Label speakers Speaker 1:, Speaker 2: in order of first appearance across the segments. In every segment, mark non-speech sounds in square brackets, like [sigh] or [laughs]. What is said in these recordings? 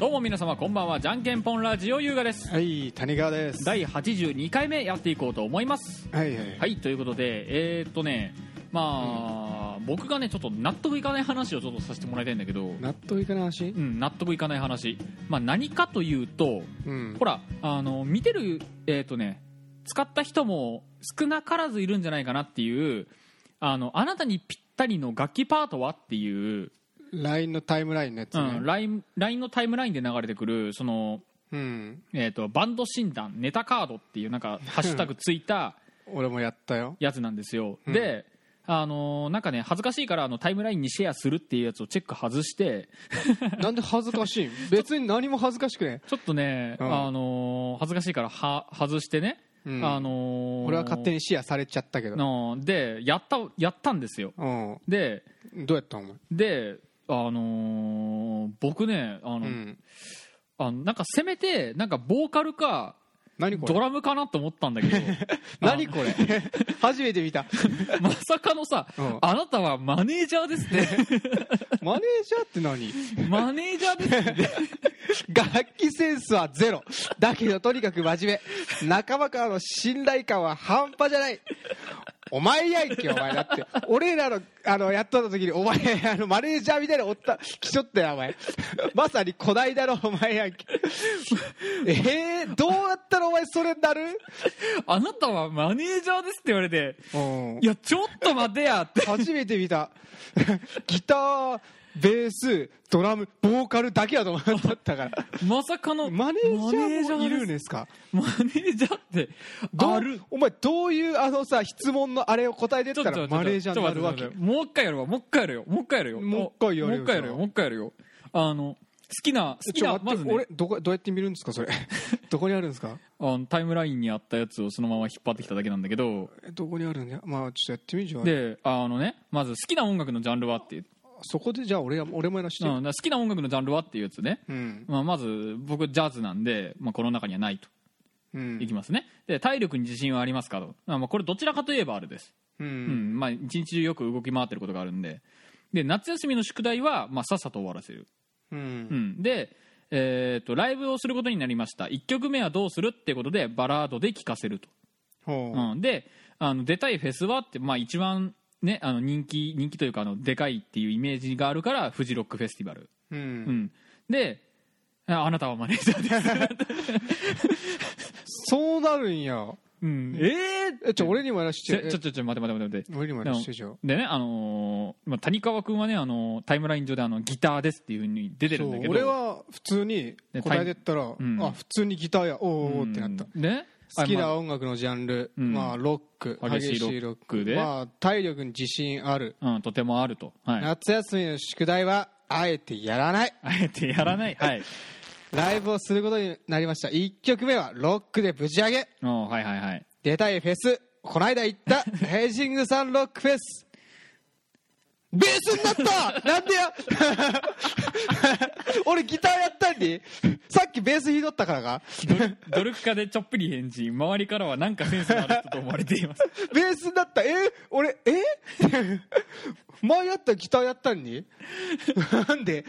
Speaker 1: どうも皆様こんばんはじゃんけんぽんラジオ優雅です
Speaker 2: はい谷川です
Speaker 1: 第82回目やっていこうと思います
Speaker 2: はいはい
Speaker 1: はいということでえー、っとねまあ、僕がねちょっと納得いかない話をちょっとさせてもらいたいんだけど、
Speaker 2: 納豆いかない話
Speaker 1: うん、納得いかない話、まあ、何かというと
Speaker 2: うん
Speaker 1: ほらあの見てるえー、っとね使った人も少なからずいるんじゃないかなっていうあのあなたにぴったりの楽器パートはっていう
Speaker 2: LINE のタイムラインのやつ
Speaker 1: う
Speaker 2: ね
Speaker 1: ん、ライン LINE のタイムラインで流れてくるその、
Speaker 2: うん、
Speaker 1: えー、とバンド診断ネタカードっていうなん
Speaker 2: [laughs]
Speaker 1: かハッシュタグついた
Speaker 2: 俺もやったよ
Speaker 1: やつなんですよ、
Speaker 2: うん
Speaker 1: であのーなんかね恥ずかしいからあのタイムラインにシェアするっていうやつをチェック外して
Speaker 2: [laughs] なんで恥ずか [laughs] しいん別に何も恥ずかしくね
Speaker 1: ちょっとね、
Speaker 2: うん
Speaker 1: あのー恥ずかしいからは外してね、
Speaker 2: うん
Speaker 1: あの
Speaker 2: え俺は勝手
Speaker 1: に
Speaker 2: にシェアされちゃったけど
Speaker 1: でやったやったんですよ
Speaker 2: うん
Speaker 1: で
Speaker 2: どうやったお前
Speaker 1: であのー僕ねあの、
Speaker 2: うん
Speaker 1: あのなんかせめてなんかボーカルか
Speaker 2: 何こ
Speaker 1: ド
Speaker 2: れ
Speaker 1: ラムかなと思ったんだ
Speaker 2: [laughs]
Speaker 1: けど
Speaker 2: 何これ [laughs] 初めて見た
Speaker 1: まさかのさ、
Speaker 2: うん
Speaker 1: あなたはマネージャーですね
Speaker 2: マネージャーって何
Speaker 1: マネージャーですね
Speaker 2: [laughs] 楽器センスはゼロだけどとにかく真面目仲間からの信頼感は半端じゃないお前やいっけお前だって俺らのあのやっとった時にお前あのマネージャーみたいなのおった来ちょったよお前まさにこないだのお前やんけえー、どうやったらお前それになる
Speaker 1: あなたはマネージャーですって言われて
Speaker 2: うん
Speaker 1: いやちょっと待てやって
Speaker 2: 初めて見たギターベースドラムボーカルだけだと思ったから
Speaker 1: まさかの
Speaker 2: マネージャーもいるん
Speaker 1: ね
Speaker 2: ですか
Speaker 1: マネージャーって
Speaker 2: どう
Speaker 1: ある
Speaker 2: お前どういうあのさ質問のあれを答えてっ
Speaker 1: ちょ
Speaker 2: た
Speaker 1: っと
Speaker 2: らマネージャーになるわ
Speaker 1: ちょっ
Speaker 2: け
Speaker 1: と待ってちょっと待ってもう一回やるわもう一回やるよもう一回やるよ
Speaker 2: もう一回やるよ
Speaker 1: もう一回やるよ
Speaker 2: じゃあ
Speaker 1: もう一回やるよあの好きな好き
Speaker 2: ちょ
Speaker 1: な
Speaker 2: っと
Speaker 1: ま
Speaker 2: 待
Speaker 1: ず
Speaker 2: って、
Speaker 1: ね
Speaker 2: 俺どこどうやって見るんですか
Speaker 1: [laughs]
Speaker 2: それどこにあるんですか
Speaker 1: あのタイムラインにあったやつをそのまま引っ張ってきただけなんだけど
Speaker 2: えどこにあるんだよまあちょっとやってみるじゃん
Speaker 1: であのねまず好きな音楽のジャンルはっていう、
Speaker 2: そこでじゃあ俺や俺もやらし
Speaker 1: う
Speaker 2: て
Speaker 1: ん、だから好きな音楽のジャンルはっていうやつね、
Speaker 2: うん
Speaker 1: まあ、まず僕ジャズなんで、まあ、この中にはないと
Speaker 2: うん
Speaker 1: いきますねで体力に自信はありますかと、まあ、まあこれどちらかといえばあるです、
Speaker 2: う
Speaker 1: うんんまあ、一日中よく動き回ってることがあるんでで夏休みの宿題は、まあ、さっさと終わらせる、
Speaker 2: う
Speaker 1: うんん、で、えー、とライブをすることになりました1曲目はどうするってことでバラードで聴かせると、
Speaker 2: ほう
Speaker 1: うん、であの出たいフェスはって、まあ、一番、ね、あの人気人気というかあのでかいっていうイメージがあるからフジロックフェスティバル、
Speaker 2: う
Speaker 1: うんん、でああなたはマネージャ
Speaker 2: [laughs]
Speaker 1: ーです、
Speaker 2: そうなるんや
Speaker 1: うん、
Speaker 2: ええちょ俺にもやらし
Speaker 1: ちょ
Speaker 2: て
Speaker 1: ちょちょちょ待て待て待て待て
Speaker 2: え俺にもやらしてじゃあ
Speaker 1: でね、あのーまあ、谷川君はね、あのータイムライン上であのギターですっていうふうに出てるん
Speaker 2: そう
Speaker 1: だけど
Speaker 2: 俺は普通に答えてったら、
Speaker 1: うん
Speaker 2: あ普通にギターやお
Speaker 1: う
Speaker 2: ー
Speaker 1: ん
Speaker 2: おーってなった、
Speaker 1: ね
Speaker 2: 好き
Speaker 1: あま
Speaker 2: な
Speaker 1: あ
Speaker 2: 音楽のジャンル、
Speaker 1: うん
Speaker 2: まあ、ロック
Speaker 1: 激
Speaker 2: 激
Speaker 1: しいロック
Speaker 2: しいロック
Speaker 1: で
Speaker 2: まあ、体力に自信ある、
Speaker 1: うん、とてもあると、はい、
Speaker 2: 夏休みの宿題はあえてやらない
Speaker 1: あえてやら
Speaker 2: [laughs]
Speaker 1: ない、はい、
Speaker 2: ライブをすることになりました1曲目はロックでぶち上げ
Speaker 1: おはいはいはい
Speaker 2: 出たいフェスこないだ行った
Speaker 1: [laughs]
Speaker 2: ヘイジングさんロックフェスベースになったな
Speaker 1: [laughs]
Speaker 2: んでや俺ギターやったんにさっきベース弾いとったからか
Speaker 1: 努力努力家でちょっぴり返事周りからはなんかセンスのある人と思われています
Speaker 2: [laughs] ベースだったえー俺え [laughs] ー前やったギターやったんに [laughs] なんで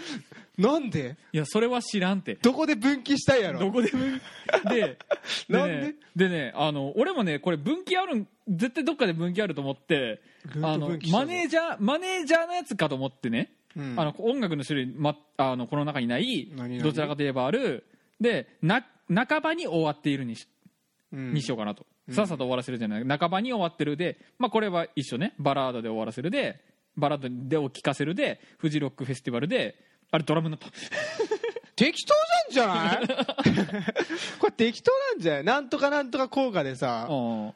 Speaker 2: なんで
Speaker 1: いやそれは知らんて
Speaker 2: どこで分岐したいや
Speaker 1: ど
Speaker 2: ろ
Speaker 1: こで分でで
Speaker 2: [laughs] なん
Speaker 1: ね
Speaker 2: で
Speaker 1: でねあの俺もねこれ分岐あるん絶対どっかで分岐あると思って
Speaker 2: ルート
Speaker 1: あの
Speaker 2: 分岐した
Speaker 1: マ
Speaker 2: ぞ
Speaker 1: ネージャーマネージャーのやつかと思ってね、
Speaker 2: うん
Speaker 1: あの音楽の種類、ま、あのこの中にない
Speaker 2: 何々
Speaker 1: どちらかといえばあるでな半ばに終わっているにし,、
Speaker 2: うん
Speaker 1: にしようかなとさっさと終わらせるじゃない半ばに終わってるで、まあ、これは一緒ねバラードで終わらせるでバラードでを聴かせるでフジロックフェスティバルであれドラムになった
Speaker 2: 適当なん
Speaker 1: [laughs]
Speaker 2: じゃないこれ適当なんじゃないなんとかなんとか効果でさ
Speaker 1: あ
Speaker 2: あの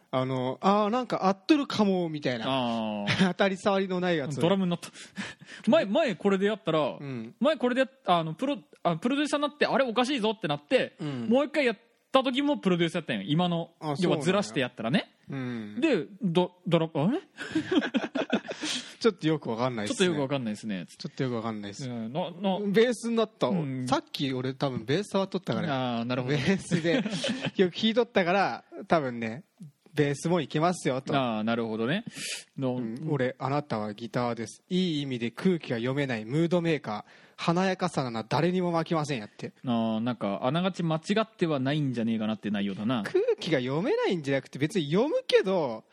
Speaker 2: あーなんか合っとるかもみたいな
Speaker 1: あー
Speaker 2: 当たり障りのないやつ
Speaker 1: ドラムになった前前これでやったら、
Speaker 2: ん
Speaker 1: 前これでやっあのプロあプロデューサーになってあれおかしいぞってなって、
Speaker 2: うん
Speaker 1: もう一回やった時もプロデューサーやったんよ今の
Speaker 2: あそう
Speaker 1: 要
Speaker 2: なんや
Speaker 1: はずらしてやったらね
Speaker 2: うん、
Speaker 1: でドドラあれ
Speaker 2: ちょっとよくわかんない
Speaker 1: ちょ
Speaker 2: で
Speaker 1: っと
Speaker 2: す、ね、
Speaker 1: よくわかんないですね
Speaker 2: ちょっとよくわかんないです、
Speaker 1: うんなな
Speaker 2: ベースになった、
Speaker 1: ん
Speaker 2: さっき俺多分ベース触っとったから
Speaker 1: [laughs] あーなるほ
Speaker 2: ベ
Speaker 1: ど
Speaker 2: ースでよく弾いとったから多分ねベースもいけますよと、
Speaker 1: ああなるほどねの、
Speaker 2: うん俺あなたはギターですいい意味で空気が読めないムードメーカー華やかさなら誰にも負けませんやって
Speaker 1: ああなんかあながち間違ってはないんじゃねえかなって内容だな
Speaker 2: 空気が読めないんじゃなくて別に読むけど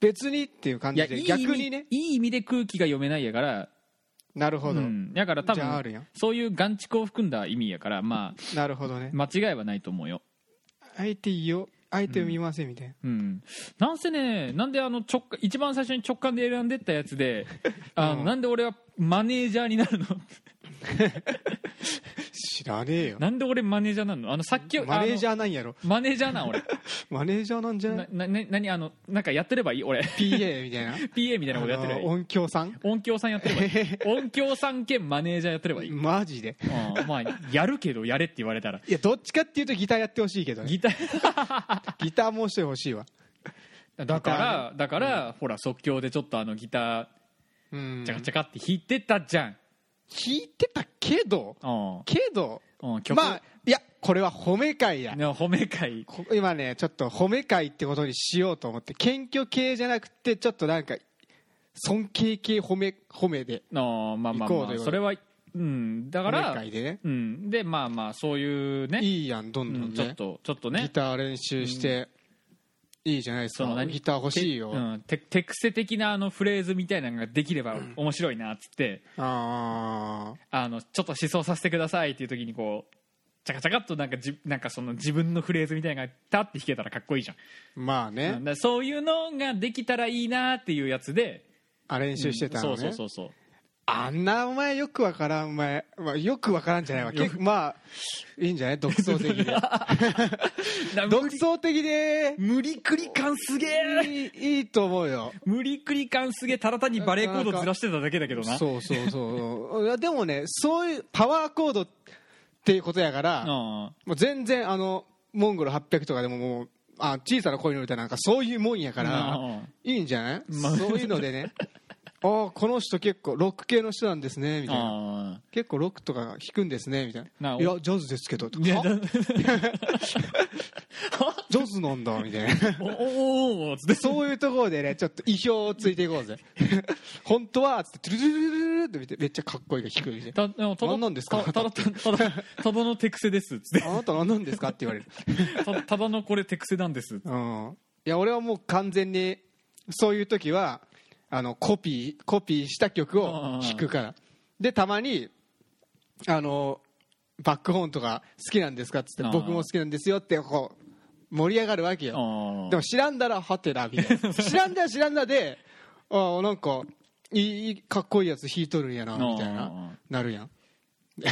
Speaker 2: 別にっていう感
Speaker 1: いや
Speaker 2: じ
Speaker 1: いい
Speaker 2: で
Speaker 1: 意味
Speaker 2: 逆にね
Speaker 1: いい意味で空気が読めないやから
Speaker 2: なるほど、
Speaker 1: うん、だから多
Speaker 2: じゃああるや
Speaker 1: 分
Speaker 2: ん
Speaker 1: そういう眼蓄を含んだ意味やからま
Speaker 2: なるほどね
Speaker 1: あ間違いはないと思うよ
Speaker 2: 相手よ相手を見ませんみたいな、
Speaker 1: うん、なんせねなんであの直感一番最初に直感で選んでったやつ
Speaker 2: [laughs]
Speaker 1: であの、
Speaker 2: うん
Speaker 1: なんで俺はマネージャーになるの
Speaker 2: 知らねえよ
Speaker 1: なんで俺マネージャーなのあのさっき
Speaker 2: マネージ
Speaker 1: ャー
Speaker 2: ャーなんやろ
Speaker 1: マネージャーなん俺
Speaker 2: マネージャーなんじゃな
Speaker 1: ないなな何あのなんかやってればいい俺 [laughs]
Speaker 2: PA みたいな
Speaker 1: PA みたいなことやってれば
Speaker 2: あ
Speaker 1: い
Speaker 2: の
Speaker 1: い
Speaker 2: 音響さん
Speaker 1: 音響さんやってればい
Speaker 2: [laughs]
Speaker 1: い音響さん兼マネージャーやってればいい、うん
Speaker 2: マジで
Speaker 1: まあやるけどやれって言われたら
Speaker 2: いやどっちかっていうとギターやってほしいけどね
Speaker 1: ギター
Speaker 2: ギターもうしてほしいわ
Speaker 1: だからだから、ほら即興でちょっとあのギター
Speaker 2: うん
Speaker 1: チャカチャカって弾いてたじゃん、
Speaker 2: 弾いてたけど
Speaker 1: うん
Speaker 2: けど
Speaker 1: うん、曲、
Speaker 2: まあいやこれは褒め会や
Speaker 1: ね褒め会
Speaker 2: こ今ねちょっと褒め会ってことにしようと思って謙虚系じゃなくてちょっとなんか尊敬系褒め褒めで
Speaker 1: あーまあまあ
Speaker 2: 行こう
Speaker 1: ま
Speaker 2: と
Speaker 1: あ
Speaker 2: いうこと
Speaker 1: それはうんだか
Speaker 2: 褒め
Speaker 1: ら
Speaker 2: 会でね
Speaker 1: うんでまあまあそういうね
Speaker 2: いいやんど
Speaker 1: うん
Speaker 2: どん
Speaker 1: んちょっ
Speaker 2: ね
Speaker 1: とちょっと
Speaker 2: ギ
Speaker 1: ね
Speaker 2: ター練習していいじゃないです
Speaker 1: その
Speaker 2: か
Speaker 1: 何
Speaker 2: ギター欲しい
Speaker 1: てう
Speaker 2: よ
Speaker 1: んて手癖的なあのフレーズみたいなのができれば面白いなっつって
Speaker 2: あ
Speaker 1: あのちょっと思想させてくださいっていう時にこうチャカチャカっとなんかじなんかその自分のフレーズみたいなのがタッて弾けたらかっこいいじゃん
Speaker 2: ーまあ
Speaker 1: うん
Speaker 2: ね
Speaker 1: だからそういうのができたらいいなっていうやつで
Speaker 2: あ練習してた
Speaker 1: う
Speaker 2: の
Speaker 1: んそう
Speaker 2: ね
Speaker 1: そうそうそう
Speaker 2: あんなお前よくわからんお前、まあ、よくわからんじゃないわ結構まあいいんじゃない独創
Speaker 1: [laughs]
Speaker 2: 的で
Speaker 1: だから無
Speaker 2: 独
Speaker 1: 理
Speaker 2: 創的で
Speaker 1: 無理くり感すげえ
Speaker 2: いいいいと思うよ
Speaker 1: 無理くり感すげえただ単にバレエコードずらしてただけだけどな
Speaker 2: そうそうそう [laughs] いやでもねそういうパワーコードっていうことやから、
Speaker 1: うん
Speaker 2: もう全然あのモンゴル800とかでももうあ小さな恋の歌なんかそういうもんやから、
Speaker 1: うん
Speaker 2: いいんじゃない、
Speaker 1: まあ
Speaker 2: そういうの
Speaker 1: [laughs]
Speaker 2: でねあーこの人結構ロック系の人なんですねみたいな
Speaker 1: あ
Speaker 2: 結構ロックとか弾くんですねみたい
Speaker 1: な
Speaker 2: な
Speaker 1: あ
Speaker 2: いやジャズですけど
Speaker 1: ーいや
Speaker 2: は
Speaker 1: だ
Speaker 2: ジャズなんだみたいな
Speaker 1: おおおおおつって
Speaker 2: [laughs] そういうところでねちょっと意表をついていこうぜ [laughs] 本当はつってトゥルルルルルルって見てめっちゃかっこいいが弾くみたいな
Speaker 1: たでもただ
Speaker 2: 何なんですか
Speaker 1: たただただただただの手癖ですっつって
Speaker 2: あなた何なんですかって言わ [laughs] れる。
Speaker 1: ただただのこれ手癖なんです
Speaker 2: うん。いや、俺はもう完全に、そういう時は、あの、コピー、コピーした曲を弾くから。で、たまに、あの、バックホーンとか好きなんですかっつっ
Speaker 1: あ
Speaker 2: て、
Speaker 1: ー
Speaker 2: 僕も好きなんですよって、こう、盛り上がるわけよ。
Speaker 1: あ
Speaker 2: でも知らんだら、はてな、みたいな。知らんだら知らんだで、ああ、なんか、いい、かっこいいやつ弾いとるんやな、みたい
Speaker 1: あ
Speaker 2: な、なるやん。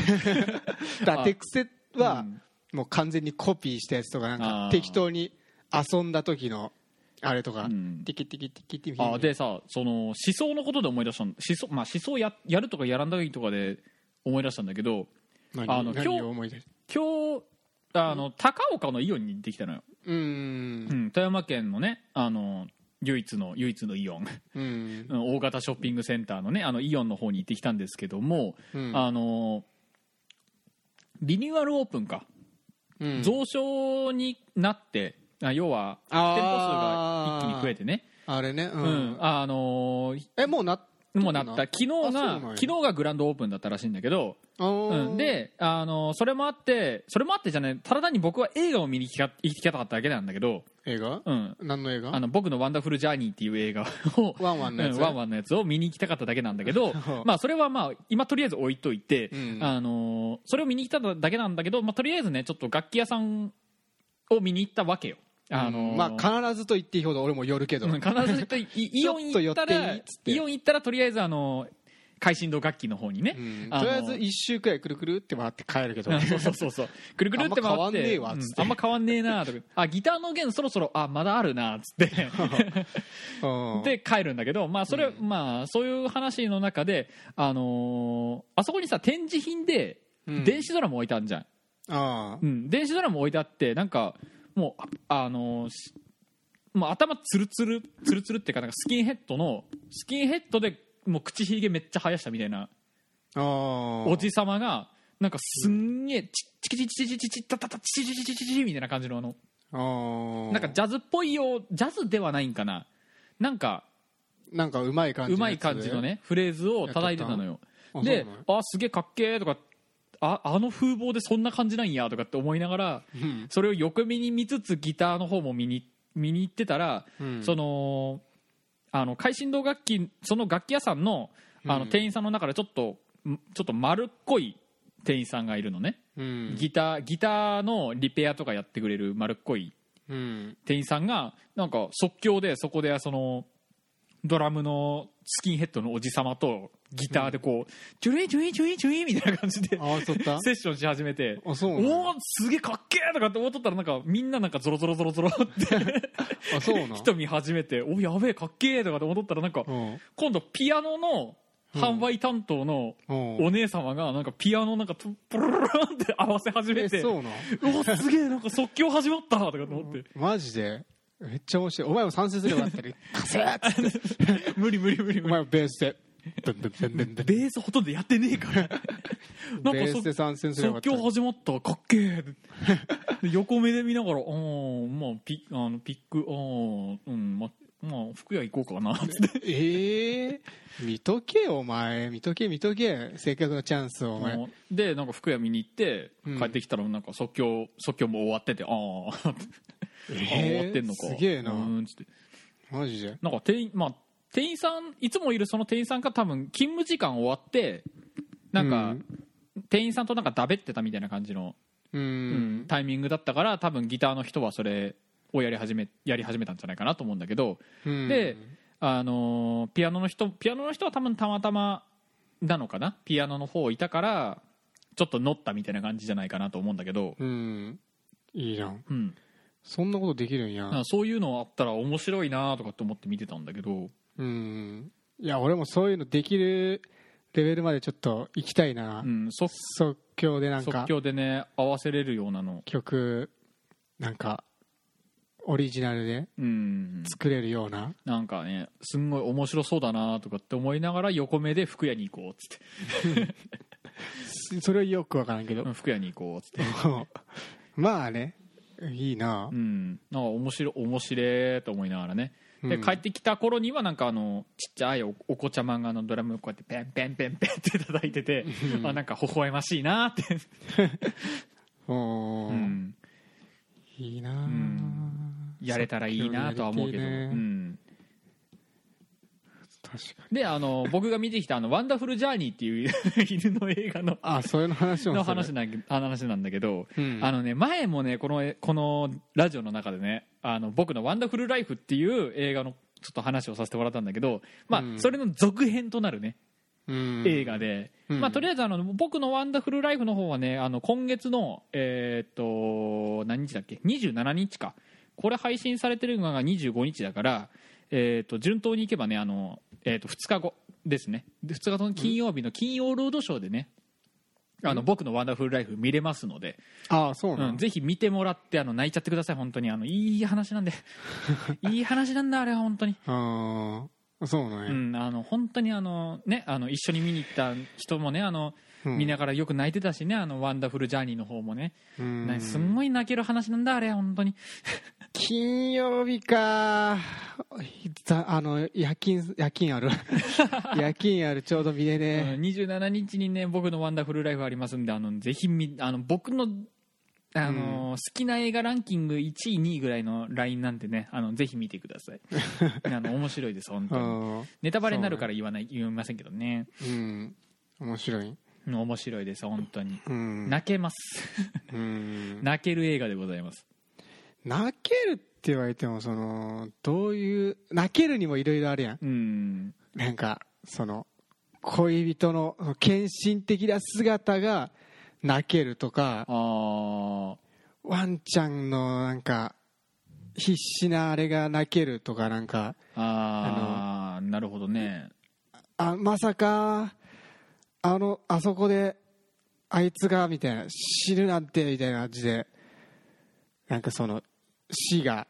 Speaker 2: だから、手癖は、
Speaker 1: うん
Speaker 2: もう完全にコピーしたやつとかなん
Speaker 1: あ
Speaker 2: か
Speaker 1: ー
Speaker 2: 適当に遊んだ時のあれとか、
Speaker 1: うん
Speaker 2: ティキティキティキティキ
Speaker 1: あーでさその思想のことで思い出したの思想,、まあ、思想ややるとかやらんだ時とかで思い出したんだけど
Speaker 2: 何
Speaker 1: あの
Speaker 2: 何
Speaker 1: 今
Speaker 2: を思い出す
Speaker 1: 今日あの高岡のイオンに行ってきたのよ、
Speaker 2: うーん
Speaker 1: うん、富山県のねあの唯一の唯一のイオン
Speaker 2: うん
Speaker 1: うん大型ショッピングセンターのねあのイオンの方に行ってきたんですけども、
Speaker 2: うん
Speaker 1: あのリニューアルオープンか、
Speaker 2: うん
Speaker 1: 増床になってあ要は店舗数が
Speaker 2: あー
Speaker 1: 一気に増えてね
Speaker 2: あれねう、
Speaker 1: うんん、あの
Speaker 2: えもうな
Speaker 1: もうなった昨日
Speaker 2: あそうな
Speaker 1: が
Speaker 2: んや
Speaker 1: 昨日がグランドオープンだったらしいんだけど、
Speaker 2: あー
Speaker 1: うん、であのそれもあってそれもあってじゃないただ単に僕は映画を見に行きた行きたかっただけなんだけど、
Speaker 2: 映画、
Speaker 1: うん、
Speaker 2: 何の映画
Speaker 1: あの僕の「ワンダフル・ジャーニー」っていう映画を
Speaker 2: [laughs] ワンワンのやつ
Speaker 1: うんワンワンのやつを見に行きたかっただけなんだけど [laughs] まあそれはまあ今とりあえず置いといて、
Speaker 2: うん
Speaker 1: あのーそれを見に行っただけなんだけど、まあ、とりあえずねちょっと楽器屋さんを見に行ったわけよ。あのー
Speaker 2: うんまあ必ずと言っていいほど俺も寄るけど、
Speaker 1: うん必ずと
Speaker 2: [laughs]
Speaker 1: イイイオン行った
Speaker 2: ちょっと寄っ
Speaker 1: ら
Speaker 2: ていいっつって
Speaker 1: イオン行ったらとりあえずあのー会心堂楽器の方にね、
Speaker 2: うん
Speaker 1: あのー
Speaker 2: とりあえず一周くらいくるくるって回って帰るけど、
Speaker 1: うん [laughs] そうそうそうそうくるくるって回って
Speaker 2: あんま変わんねえわ
Speaker 1: うん
Speaker 2: つって
Speaker 1: あんま変わんねえなとかあギターの弦そろそろあまだあるなっつって
Speaker 2: うん
Speaker 1: で帰るんだけど、まあそれまあ、そういう話の中で、あのーあそこにさ展示品で
Speaker 2: うん
Speaker 1: 電子ドラム置いたんじゃん、
Speaker 2: あ
Speaker 1: うん電子ドラム置いてあってなんかもう、ああのーしもう頭ツルツルツルツルっていうかなんかスキンヘッドのスキンヘッドでもう口ひげめっちゃ生やしたみたいな
Speaker 2: ああ
Speaker 1: おじさまがなんかすんげえチチキチキチキチキチッタタタチチチチチチチみたいな感じのあのなんかジャズっぽいよジャズではないんかななんか
Speaker 2: なんかうまい感じ
Speaker 1: う
Speaker 2: の
Speaker 1: ま
Speaker 2: や
Speaker 1: い
Speaker 2: つで
Speaker 1: 感じのねフレーズを叩いてたのよ
Speaker 2: やってたあ
Speaker 1: で
Speaker 2: そうな
Speaker 1: あすげえかっけえとかああの風貌でそんな感じなんやとかって思いながら
Speaker 2: うん
Speaker 1: それを横目に見つつギターの方も見に見に行ってたら、
Speaker 2: うん
Speaker 1: そのあの会心堂楽器その楽器屋さんのあの
Speaker 2: うん
Speaker 1: 店員さんの中でちょっと、んちょっと丸っこい店員さんがいるのね、
Speaker 2: うん
Speaker 1: ギターギターのリペアとかやってくれる丸っこい
Speaker 2: うん
Speaker 1: 店員さんがなんか即興でそこでそのドラムのスキンヘッドのおじ様とギターでこう、チュリンチュリンチュリンチュリンみたいな感じで
Speaker 2: ああそ
Speaker 1: [laughs]
Speaker 2: うだっ
Speaker 1: セッションし始めて
Speaker 2: たあそうなの
Speaker 1: おおすげえかっけえとかって思っとったらなんかみんななんかゾロゾロゾロゾロって
Speaker 2: あそうなの
Speaker 1: 人見始めておやべえかっけえとかって思っとったらなんか
Speaker 2: うん
Speaker 1: 今度ピアノの販売担当の
Speaker 2: うん
Speaker 1: お姉様がなんかピアノなんかとポロロロンって合わせ始め
Speaker 2: え
Speaker 1: て
Speaker 2: そうなの
Speaker 1: おおすげえなんか即興始まったとかって思って
Speaker 2: マジでめっちゃ面白いお前も賛成すればよかった
Speaker 1: [laughs]
Speaker 2: りカセッつって
Speaker 1: 無理無理無理無理
Speaker 2: お前もベース
Speaker 1: [laughs]
Speaker 2: でブンブンブンブンブン
Speaker 1: ベースほとんどやってねえから
Speaker 2: [laughs]
Speaker 1: なん
Speaker 2: ベ
Speaker 1: か
Speaker 2: ース
Speaker 1: 即
Speaker 2: で参戦すればよ
Speaker 1: 即
Speaker 2: か
Speaker 1: 興
Speaker 2: っ
Speaker 1: 始まったかっけえで横 [laughs] 目で見ながら「あーまあピあのピックあーうんままあ服屋行こうかな」つって
Speaker 2: たええ見とけお前見とけ見とけせっかくのチャンスをお前
Speaker 1: でなんか服屋見に行って
Speaker 2: うん
Speaker 1: 帰ってきたらなんか即興即興も終わってて「あーあー終わってんのか
Speaker 2: すげえな
Speaker 1: うーん」つって
Speaker 2: マジで
Speaker 1: なんか店員まあ店員さんいつもいるその店員さんが多分勤務時間終わってなんか、
Speaker 2: うん
Speaker 1: 店員さんとなんかだべってたみたいな感じの
Speaker 2: う
Speaker 1: うん
Speaker 2: ん
Speaker 1: タイミングだったから多分ギターの人はそれをやり始めやり始めたんじゃないかなと思うんだけど、
Speaker 2: うん
Speaker 1: で、あのーピアノの人ピアノの人は多分たまたまなのかなピアノの方いたからちょっと乗ったみたいな感じじゃないかなと思うんだけど、
Speaker 2: うんいいじゃん
Speaker 1: うん、
Speaker 2: そんなことできるんや
Speaker 1: なんかそういうのあったら面白いなとかって思って見てたんだけど
Speaker 2: うんいや俺もそういうのできるレベルまでちょっと行きたいな、
Speaker 1: うん、即
Speaker 2: 即興でなん
Speaker 1: 即
Speaker 2: か
Speaker 1: 興でね合わせれるようなの、
Speaker 2: 曲なんかオリジナルで
Speaker 1: うん、
Speaker 2: 作れるような
Speaker 1: なんかねすんごい面白そうだなとかって思いながら横目で服屋に行こうっつって
Speaker 2: それはよくわからんけど、
Speaker 1: うん服屋に行こうっつって。
Speaker 2: [laughs] まあねいいな
Speaker 1: うん、なんか面白い面白いと思いながらねで
Speaker 2: うん
Speaker 1: 帰ってきた頃にはなんかあのちっちゃいおお子ちゃまがあのドラムをこうやってペンペンペンペンって叩いてて、あなんか微笑ましいなって、
Speaker 2: おー
Speaker 1: うん、
Speaker 2: いいな、
Speaker 1: んやれたらいいなとは思うけど、
Speaker 2: 即興やり
Speaker 1: う
Speaker 2: てえね
Speaker 1: ん、
Speaker 2: 確かに
Speaker 1: であの僕が見てきたあの「ワンダフル・ジャーニー」っていう犬の映画の
Speaker 2: あそういうの話も
Speaker 1: の
Speaker 2: する
Speaker 1: 話なんだけあ話なんだけど、
Speaker 2: うん
Speaker 1: あのね前もねこのこのラジオの中でねあの僕の「ワンダフル・ライフ」っていう映画のちょっと話をさせてもらったんだけど、まあ
Speaker 2: うん
Speaker 1: それの続編となるね
Speaker 2: うん
Speaker 1: 映画で、
Speaker 2: うん
Speaker 1: まあ、とりあえずあの僕の「ワンダフル・ライフ」の方はねあの今月の、えーっと何日だっけ27日かこれ配信されてるのが25日だから、えーっと順当にいけばねあの、えーっと2日後ですね2日後の金曜日の「金曜ロードショー」でね、あの僕の「ワンダフル・ライフ」見れますので、
Speaker 2: あそうな、
Speaker 1: うんん、ぜひ見てもらってあの泣いちゃってください本当にあのいい話
Speaker 2: [laughs]
Speaker 1: なんでいい話なんだあれは本当に。
Speaker 2: あーそうなんや、
Speaker 1: うん、あの本当にあの、ね、あの一緒に見に行った人もねあの、
Speaker 2: うん
Speaker 1: 見ながらよく泣いてたしねあのワンダフルジャーニーの方もね、
Speaker 2: うん
Speaker 1: なすんごい泣ける話なんだあれ本当に
Speaker 2: 金曜日かざあの夜勤夜勤あ [laughs] る夜勤あるちょうど見れ
Speaker 1: うん
Speaker 2: ね
Speaker 1: 27日にね僕のワンダフルライフありますんであのぜひみあの僕のあの、好きな映画ランキング1位2位ぐらいのラインなんてねあのぜひ見てくださ
Speaker 2: [laughs]
Speaker 1: いあの面白いです本
Speaker 2: う
Speaker 1: 当に
Speaker 2: ん、うん
Speaker 1: ネタバレになるから言わない言いませんけどね
Speaker 2: 面白い
Speaker 1: うん面白いです本当に
Speaker 2: うん
Speaker 1: 泣けます
Speaker 2: [laughs] うん
Speaker 1: 泣ける映画でございます
Speaker 2: 泣けるって言われてもそのどういう泣けるにもいろいろあるやん
Speaker 1: うん
Speaker 2: なんかその恋人の献身的な姿が泣けるとか
Speaker 1: あ
Speaker 2: ワンちゃんのなんか必死なあれが泣けるとかなんか
Speaker 1: ーあーなるほどね
Speaker 2: あまさかあのあそこであいつがみたいな死ぬなんてみたいな感じでなんかその死が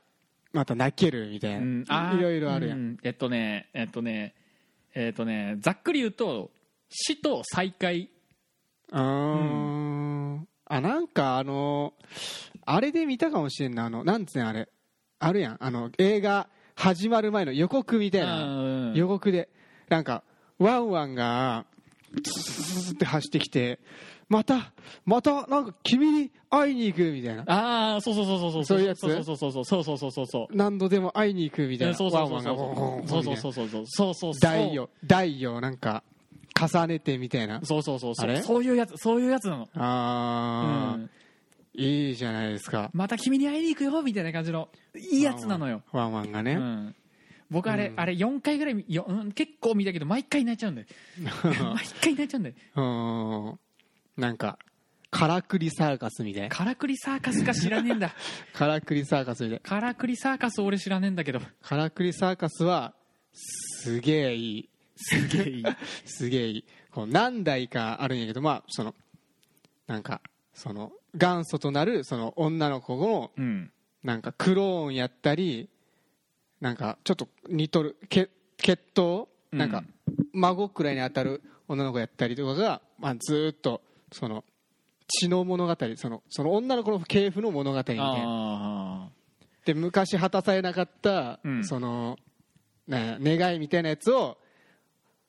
Speaker 2: また泣けるみたい
Speaker 1: うん
Speaker 2: な、
Speaker 1: ー
Speaker 2: いろいろあるやん、
Speaker 1: うんえっとねえっとねえっとねざっくり言うと死と再会
Speaker 2: あーあなんかあのあれで見たかもしれんなあのなんつうねあれあるやんあの映画始まる前の予告みたいな
Speaker 1: うん
Speaker 2: 予告でなんかワンワンがツツツツって走ってきてまたまたなんか君に会いに行くみたいな
Speaker 1: ああそうそうそうそうそう
Speaker 2: そういうやつ
Speaker 1: そうそうそうそうそうそうそうそうそう
Speaker 2: 何度でも会いに行くみたいな
Speaker 1: そう
Speaker 2: ワ
Speaker 1: そう
Speaker 2: ン
Speaker 1: そ
Speaker 2: ワ
Speaker 1: う
Speaker 2: ンが
Speaker 1: そうそうそうそうそうそうそうそう
Speaker 2: 大よ大よなんか重ねてみたいな
Speaker 1: そうそうそうそ
Speaker 2: あ
Speaker 1: う
Speaker 2: れ
Speaker 1: そういうやつそういうやつなの
Speaker 2: あ
Speaker 1: う
Speaker 2: ー
Speaker 1: ん
Speaker 2: いいじゃないですか
Speaker 1: また君に会いに行くよみたいな感じのいいやつなのよ
Speaker 2: ワンワンが
Speaker 1: う
Speaker 2: ね、
Speaker 1: ん僕あれ
Speaker 2: うん
Speaker 1: あれ4回ぐらいようん結構見たけど毎回泣いちゃうんだ
Speaker 2: [laughs]
Speaker 1: よ毎回泣いちゃうんだよ
Speaker 2: うん、なんかからくりサーカスみたいな
Speaker 1: からくりサーカスか知らねえんだ
Speaker 2: からくりサーカスみたいな
Speaker 1: からくりサーカス俺知らねえんだけど
Speaker 2: からくりサーカスはすげえ [laughs] いい
Speaker 1: すげえいい
Speaker 2: すげえいいこう何台かあるんやけどまあそのなんかその元祖となるその女の子の
Speaker 1: うん
Speaker 2: なんかクローンやったりなんかちょっと似とる血血統
Speaker 1: うん
Speaker 2: なんか孫くらいに当たる女の子やったりとかが、まあ、ずーっとその血の物語そのその女の子の系譜の物語みたいな
Speaker 1: ああ
Speaker 2: で昔果たされなかった、
Speaker 1: うん
Speaker 2: そのね願いみたいなやつを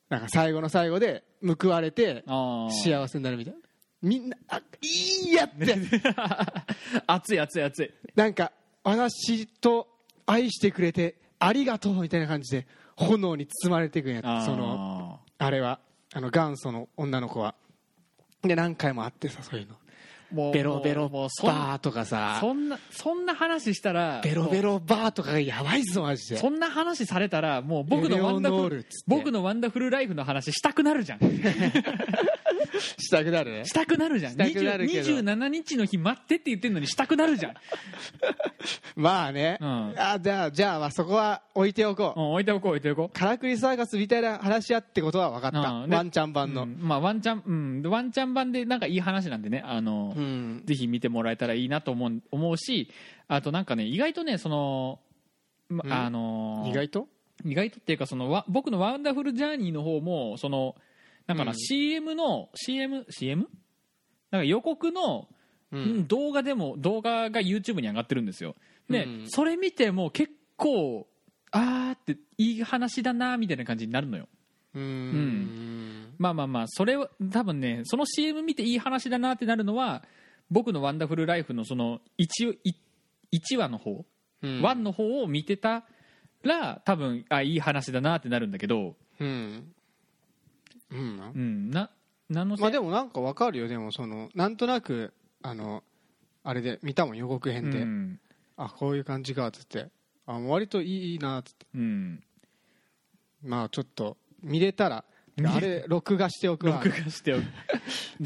Speaker 2: なんか最後の最後で報われて
Speaker 1: ああ
Speaker 2: 幸せになるみたいなみんなあいいやって
Speaker 1: [laughs] 熱い熱い熱い
Speaker 2: なんか私と愛してくれてありがとうみたいな感じで炎に包まれていくんやってその
Speaker 1: あ
Speaker 2: あれはあの元祖の女の子はで何回も会ってさそういうの
Speaker 1: ーもう
Speaker 2: ベロベ
Speaker 1: も
Speaker 2: ロ
Speaker 1: うも
Speaker 2: バ
Speaker 1: うそん
Speaker 2: ーとかさ
Speaker 1: そんなそんな話したら
Speaker 2: ベロベ
Speaker 1: も
Speaker 2: ロバーとかがやばいぞマジ
Speaker 1: う
Speaker 2: で
Speaker 1: そんな話されたらもう僕
Speaker 2: エレ
Speaker 1: のワ
Speaker 2: オ
Speaker 1: ンダ
Speaker 2: ノ
Speaker 1: フ
Speaker 2: ールっ
Speaker 1: ル
Speaker 2: つって
Speaker 1: 僕のワンダフルライフの話したくなるじゃん
Speaker 2: したくなるね
Speaker 1: したくなるじゃん
Speaker 2: したくなるけど
Speaker 1: 20 27日の日待ってって言ってんのにしたくなるじゃん、
Speaker 2: まあね、
Speaker 1: うん
Speaker 2: あじゃあじゃあまあそこは置いておこう、
Speaker 1: うん、置いておこう置いておこう
Speaker 2: からくりサーカスみたいな話やってことは分かった、
Speaker 1: うんで
Speaker 2: ワンちゃん版の
Speaker 1: うんまあワンチャンうんでワンチャン版でなんかいい話なんでねあの、
Speaker 2: うん
Speaker 1: ぜひ見てもらえたらいいなと思う思うしあとなんかね意外とねその、ま
Speaker 2: うん
Speaker 1: あの
Speaker 2: 意外と
Speaker 1: 意外とっていうかそのわ僕の「ワンダフルジャーニー」の方もそのなんかな、
Speaker 2: うん
Speaker 1: CM の CM?CM? なんか予告の、
Speaker 2: う
Speaker 1: うん動画でも動画が YouTube に上がってるんですよで、
Speaker 2: うん
Speaker 1: それ見ても結構あーっていい話だなみたいな感じになるのよ
Speaker 2: うん
Speaker 1: まあまあまあそれは多分ねその CM 見ていい話だなってなるのは僕の「ワンダフルライフ」のその 1, 1話の方、
Speaker 2: うん
Speaker 1: 1の方を見てたら多分あいい話だなってなるんだけど
Speaker 2: うん、うんな
Speaker 1: うん、な、なのせ、
Speaker 2: まあでもなんかわかるよでもそのなんとなくあのあれで見たもん予告編で、
Speaker 1: うん、
Speaker 2: あこういう感じかっつってあ割といいいいなっつって
Speaker 1: うん、
Speaker 2: まあちょっと見れたら
Speaker 1: 見れ
Speaker 2: あれ録画しておくわ
Speaker 1: 録画しておく。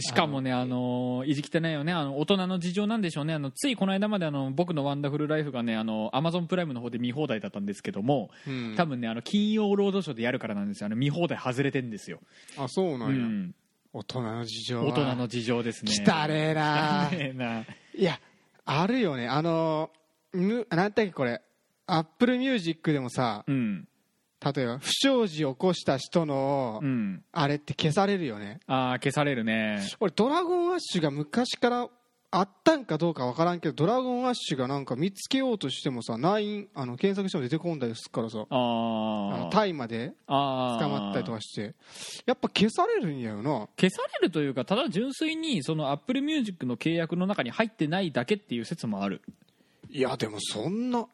Speaker 1: しかもね、あの、意地汚いよね、あの、大人の事情なんでしょうね、あの、ついこの間まで、あの、僕のワンダフルライフがね、あの、アマゾンプライムの方で見放題だったんですけども、
Speaker 2: うん、
Speaker 1: 多分ね、あの、金曜ロードショーでやるからなんですよ、あの、見放題外れてんですよ。
Speaker 2: あそうな
Speaker 1: うん
Speaker 2: や、
Speaker 1: ん、
Speaker 2: 大人の事情は
Speaker 1: 大人の事情ですね。
Speaker 2: 汚
Speaker 1: [laughs]
Speaker 2: ねえな
Speaker 1: 汚ねえな。
Speaker 2: いやあるよねあのむなんだっけこれアップルミュージックでもさ
Speaker 1: うん、
Speaker 2: 例えば不祥事を起こした人の、
Speaker 1: うん。
Speaker 2: あれって消されるよね
Speaker 1: ああ、消されるね。
Speaker 2: 俺ドラゴンアッシュが昔からあったんかどうかわからんけどドラゴンアッシュがなんか見つけようとしてもさナインあの検索しても出てこんだりするからさあ
Speaker 1: あ
Speaker 2: の
Speaker 1: あ、
Speaker 2: タイまで
Speaker 1: あ
Speaker 2: 捕
Speaker 1: あ
Speaker 2: まったりとかしてやっぱ消されるんやよな
Speaker 1: 消されるというかただ純粋にそのアップルミュージックの契約の中に入ってないだけっていう説もある
Speaker 2: いやでもそんな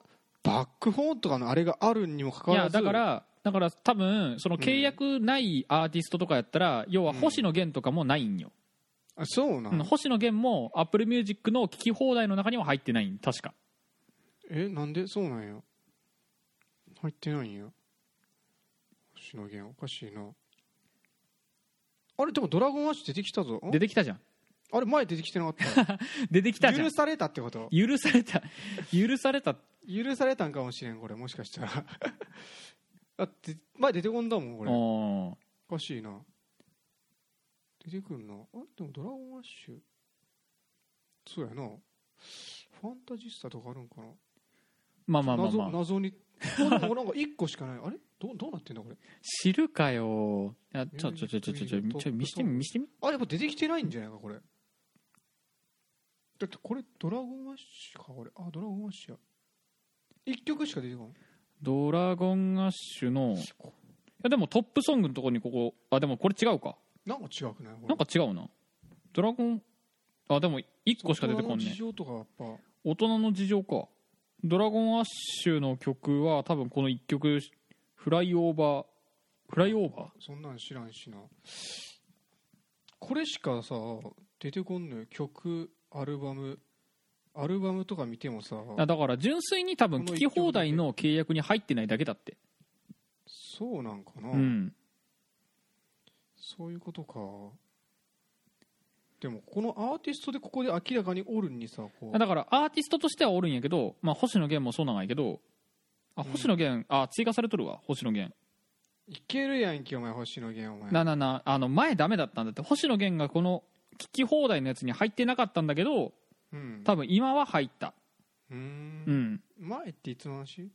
Speaker 2: バックホーンとかのあれがあるにもかか
Speaker 1: い
Speaker 2: わら
Speaker 1: や
Speaker 2: ず
Speaker 1: だからだから多分その契約ないアーティストとかやったら、要は星野源とかもないんよ、
Speaker 2: あそうな
Speaker 1: うん
Speaker 2: の、
Speaker 1: 星野源もアップルミュージックの聴き放題の中には入ってないん確か
Speaker 2: えなんでそうなんや入ってないんや星野源おかしいなあれでもドラゴンアッシュ出てきたぞん
Speaker 1: 出てきたじゃん
Speaker 2: あれ前出てきて
Speaker 1: [laughs]
Speaker 2: なかった
Speaker 1: 出てきたじゃ
Speaker 2: 許
Speaker 1: ん
Speaker 2: されたってこと
Speaker 1: 許された許された
Speaker 2: 許されたんかもしれんこれもしかしたら [laughs] だって前出てこんだもんこれお
Speaker 1: おー
Speaker 2: かしいな出てくんなあでもドラゴンアッシュそうやなファンタジスタとかあるんかな、
Speaker 1: まあまあまあまあ
Speaker 2: 謎謎に [laughs] なんか1個しかないあれどどうなってんだこれ
Speaker 1: 知るかよいやちょちょちょちょちょちょちょ見してみ見してみ
Speaker 2: あやっぱ出てきてないんじゃないかこれだってこれドラゴンアッシュか俺あドラゴンアッシュや1曲しか出てこない
Speaker 1: ドラゴンアッシュのいやでもトップソングのところにここあでもこれ違うか
Speaker 2: なんか違くないこれ
Speaker 1: なんか違うなドラゴンあでも1個しか出てこん
Speaker 2: 大人の
Speaker 1: ね
Speaker 2: 事情とかやっぱ
Speaker 1: 大人の事情かドラゴンアッシュの曲は多分この1曲フライオーバーフライオーバ
Speaker 2: そんなん知らんしなこれしかさ出てこんのよ曲アルバムアルバムとか見てもさ
Speaker 1: ーあだから純粋に多分聴き放題の契約に入ってないだけだって
Speaker 2: そうなんかな、
Speaker 1: うん
Speaker 2: そういうことかでもこのアーティストでここで明らかにおるんにさこう
Speaker 1: だからアーティストとしてはおるんやけど、まあ、星野源もそうなんやけどあ
Speaker 2: うん
Speaker 1: 星野源、あ追加されとるわ星野源
Speaker 2: いけるやんけお前星野源お前
Speaker 1: なななあの前ダメだったんだって星野源がこの聞き放題のやつに入ってなかったんだけど
Speaker 2: うん
Speaker 1: 多分今は入った
Speaker 2: うー
Speaker 1: うんん
Speaker 2: 前っていつの話結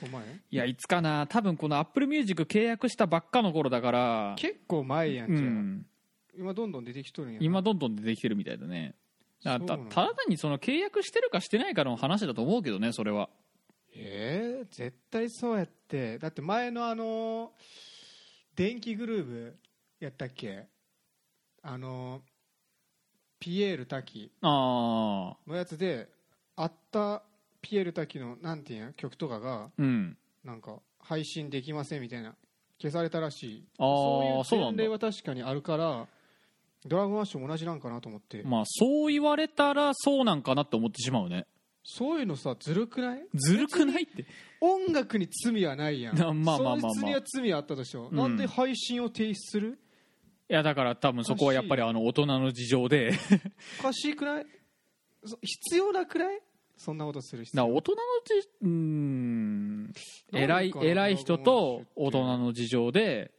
Speaker 2: 構前
Speaker 1: いやいつかな多分このアップルミュージック契約したばっかの頃だから
Speaker 2: 結構前や
Speaker 1: うん
Speaker 2: じゃあ、
Speaker 1: ん
Speaker 2: 今どんどん出てきとるんやな
Speaker 1: 今どんどん出てきてるみたいだねだから
Speaker 2: そう
Speaker 1: た
Speaker 2: なんだ
Speaker 1: ただ単にその契約してるかしてないかの話だと思うけどねそれは
Speaker 2: えー、絶対そうやってだって前のあのー電気グルーブやったっけあのーピエール滝
Speaker 1: ああ
Speaker 2: のやつであったピエール滝のなんていうんや曲とかが
Speaker 1: うん
Speaker 2: なんか配信できませんみたいな消されたらしい
Speaker 1: ああ
Speaker 2: そ
Speaker 1: そうう
Speaker 2: い
Speaker 1: な
Speaker 2: うん
Speaker 1: だ
Speaker 2: 前例は確かにあるからドラゴンアッシュも同じなんかなと思って、
Speaker 1: まあそう言われたらそうなんかなって思ってしまうね
Speaker 2: そういうのさずるくない
Speaker 1: ずるくないって
Speaker 2: 音楽に罪はないやん
Speaker 1: [laughs] まあまあまあまあ
Speaker 2: そいつには罪はあったとしても、
Speaker 1: うん
Speaker 2: なんで配信を停止する
Speaker 1: いやだから多分そこはやっぱりあの大人の事情
Speaker 2: [laughs]
Speaker 1: でだか
Speaker 2: おかしいくないそ必要なくらいそんなことする必
Speaker 1: ら
Speaker 2: 要
Speaker 1: 大人のじうーん偉い
Speaker 2: なんか
Speaker 1: 偉い人と大人の事情で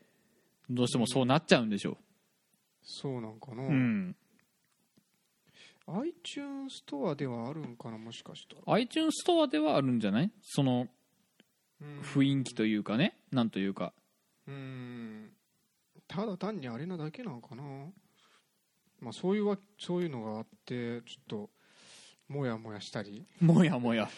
Speaker 1: どうしてもそうなっちゃうんでしょ
Speaker 2: そうなんかな、
Speaker 1: う、うん、
Speaker 2: iTunes ストアではあるんかなもしかしたら
Speaker 1: iTunes ストアではあるんじゃないその
Speaker 2: うん
Speaker 1: 雰囲気というかねなんというか
Speaker 2: うんただ単にあれなだけなのかなまあそういうわそういうのがあってちょっともやもやしたり
Speaker 1: もやもや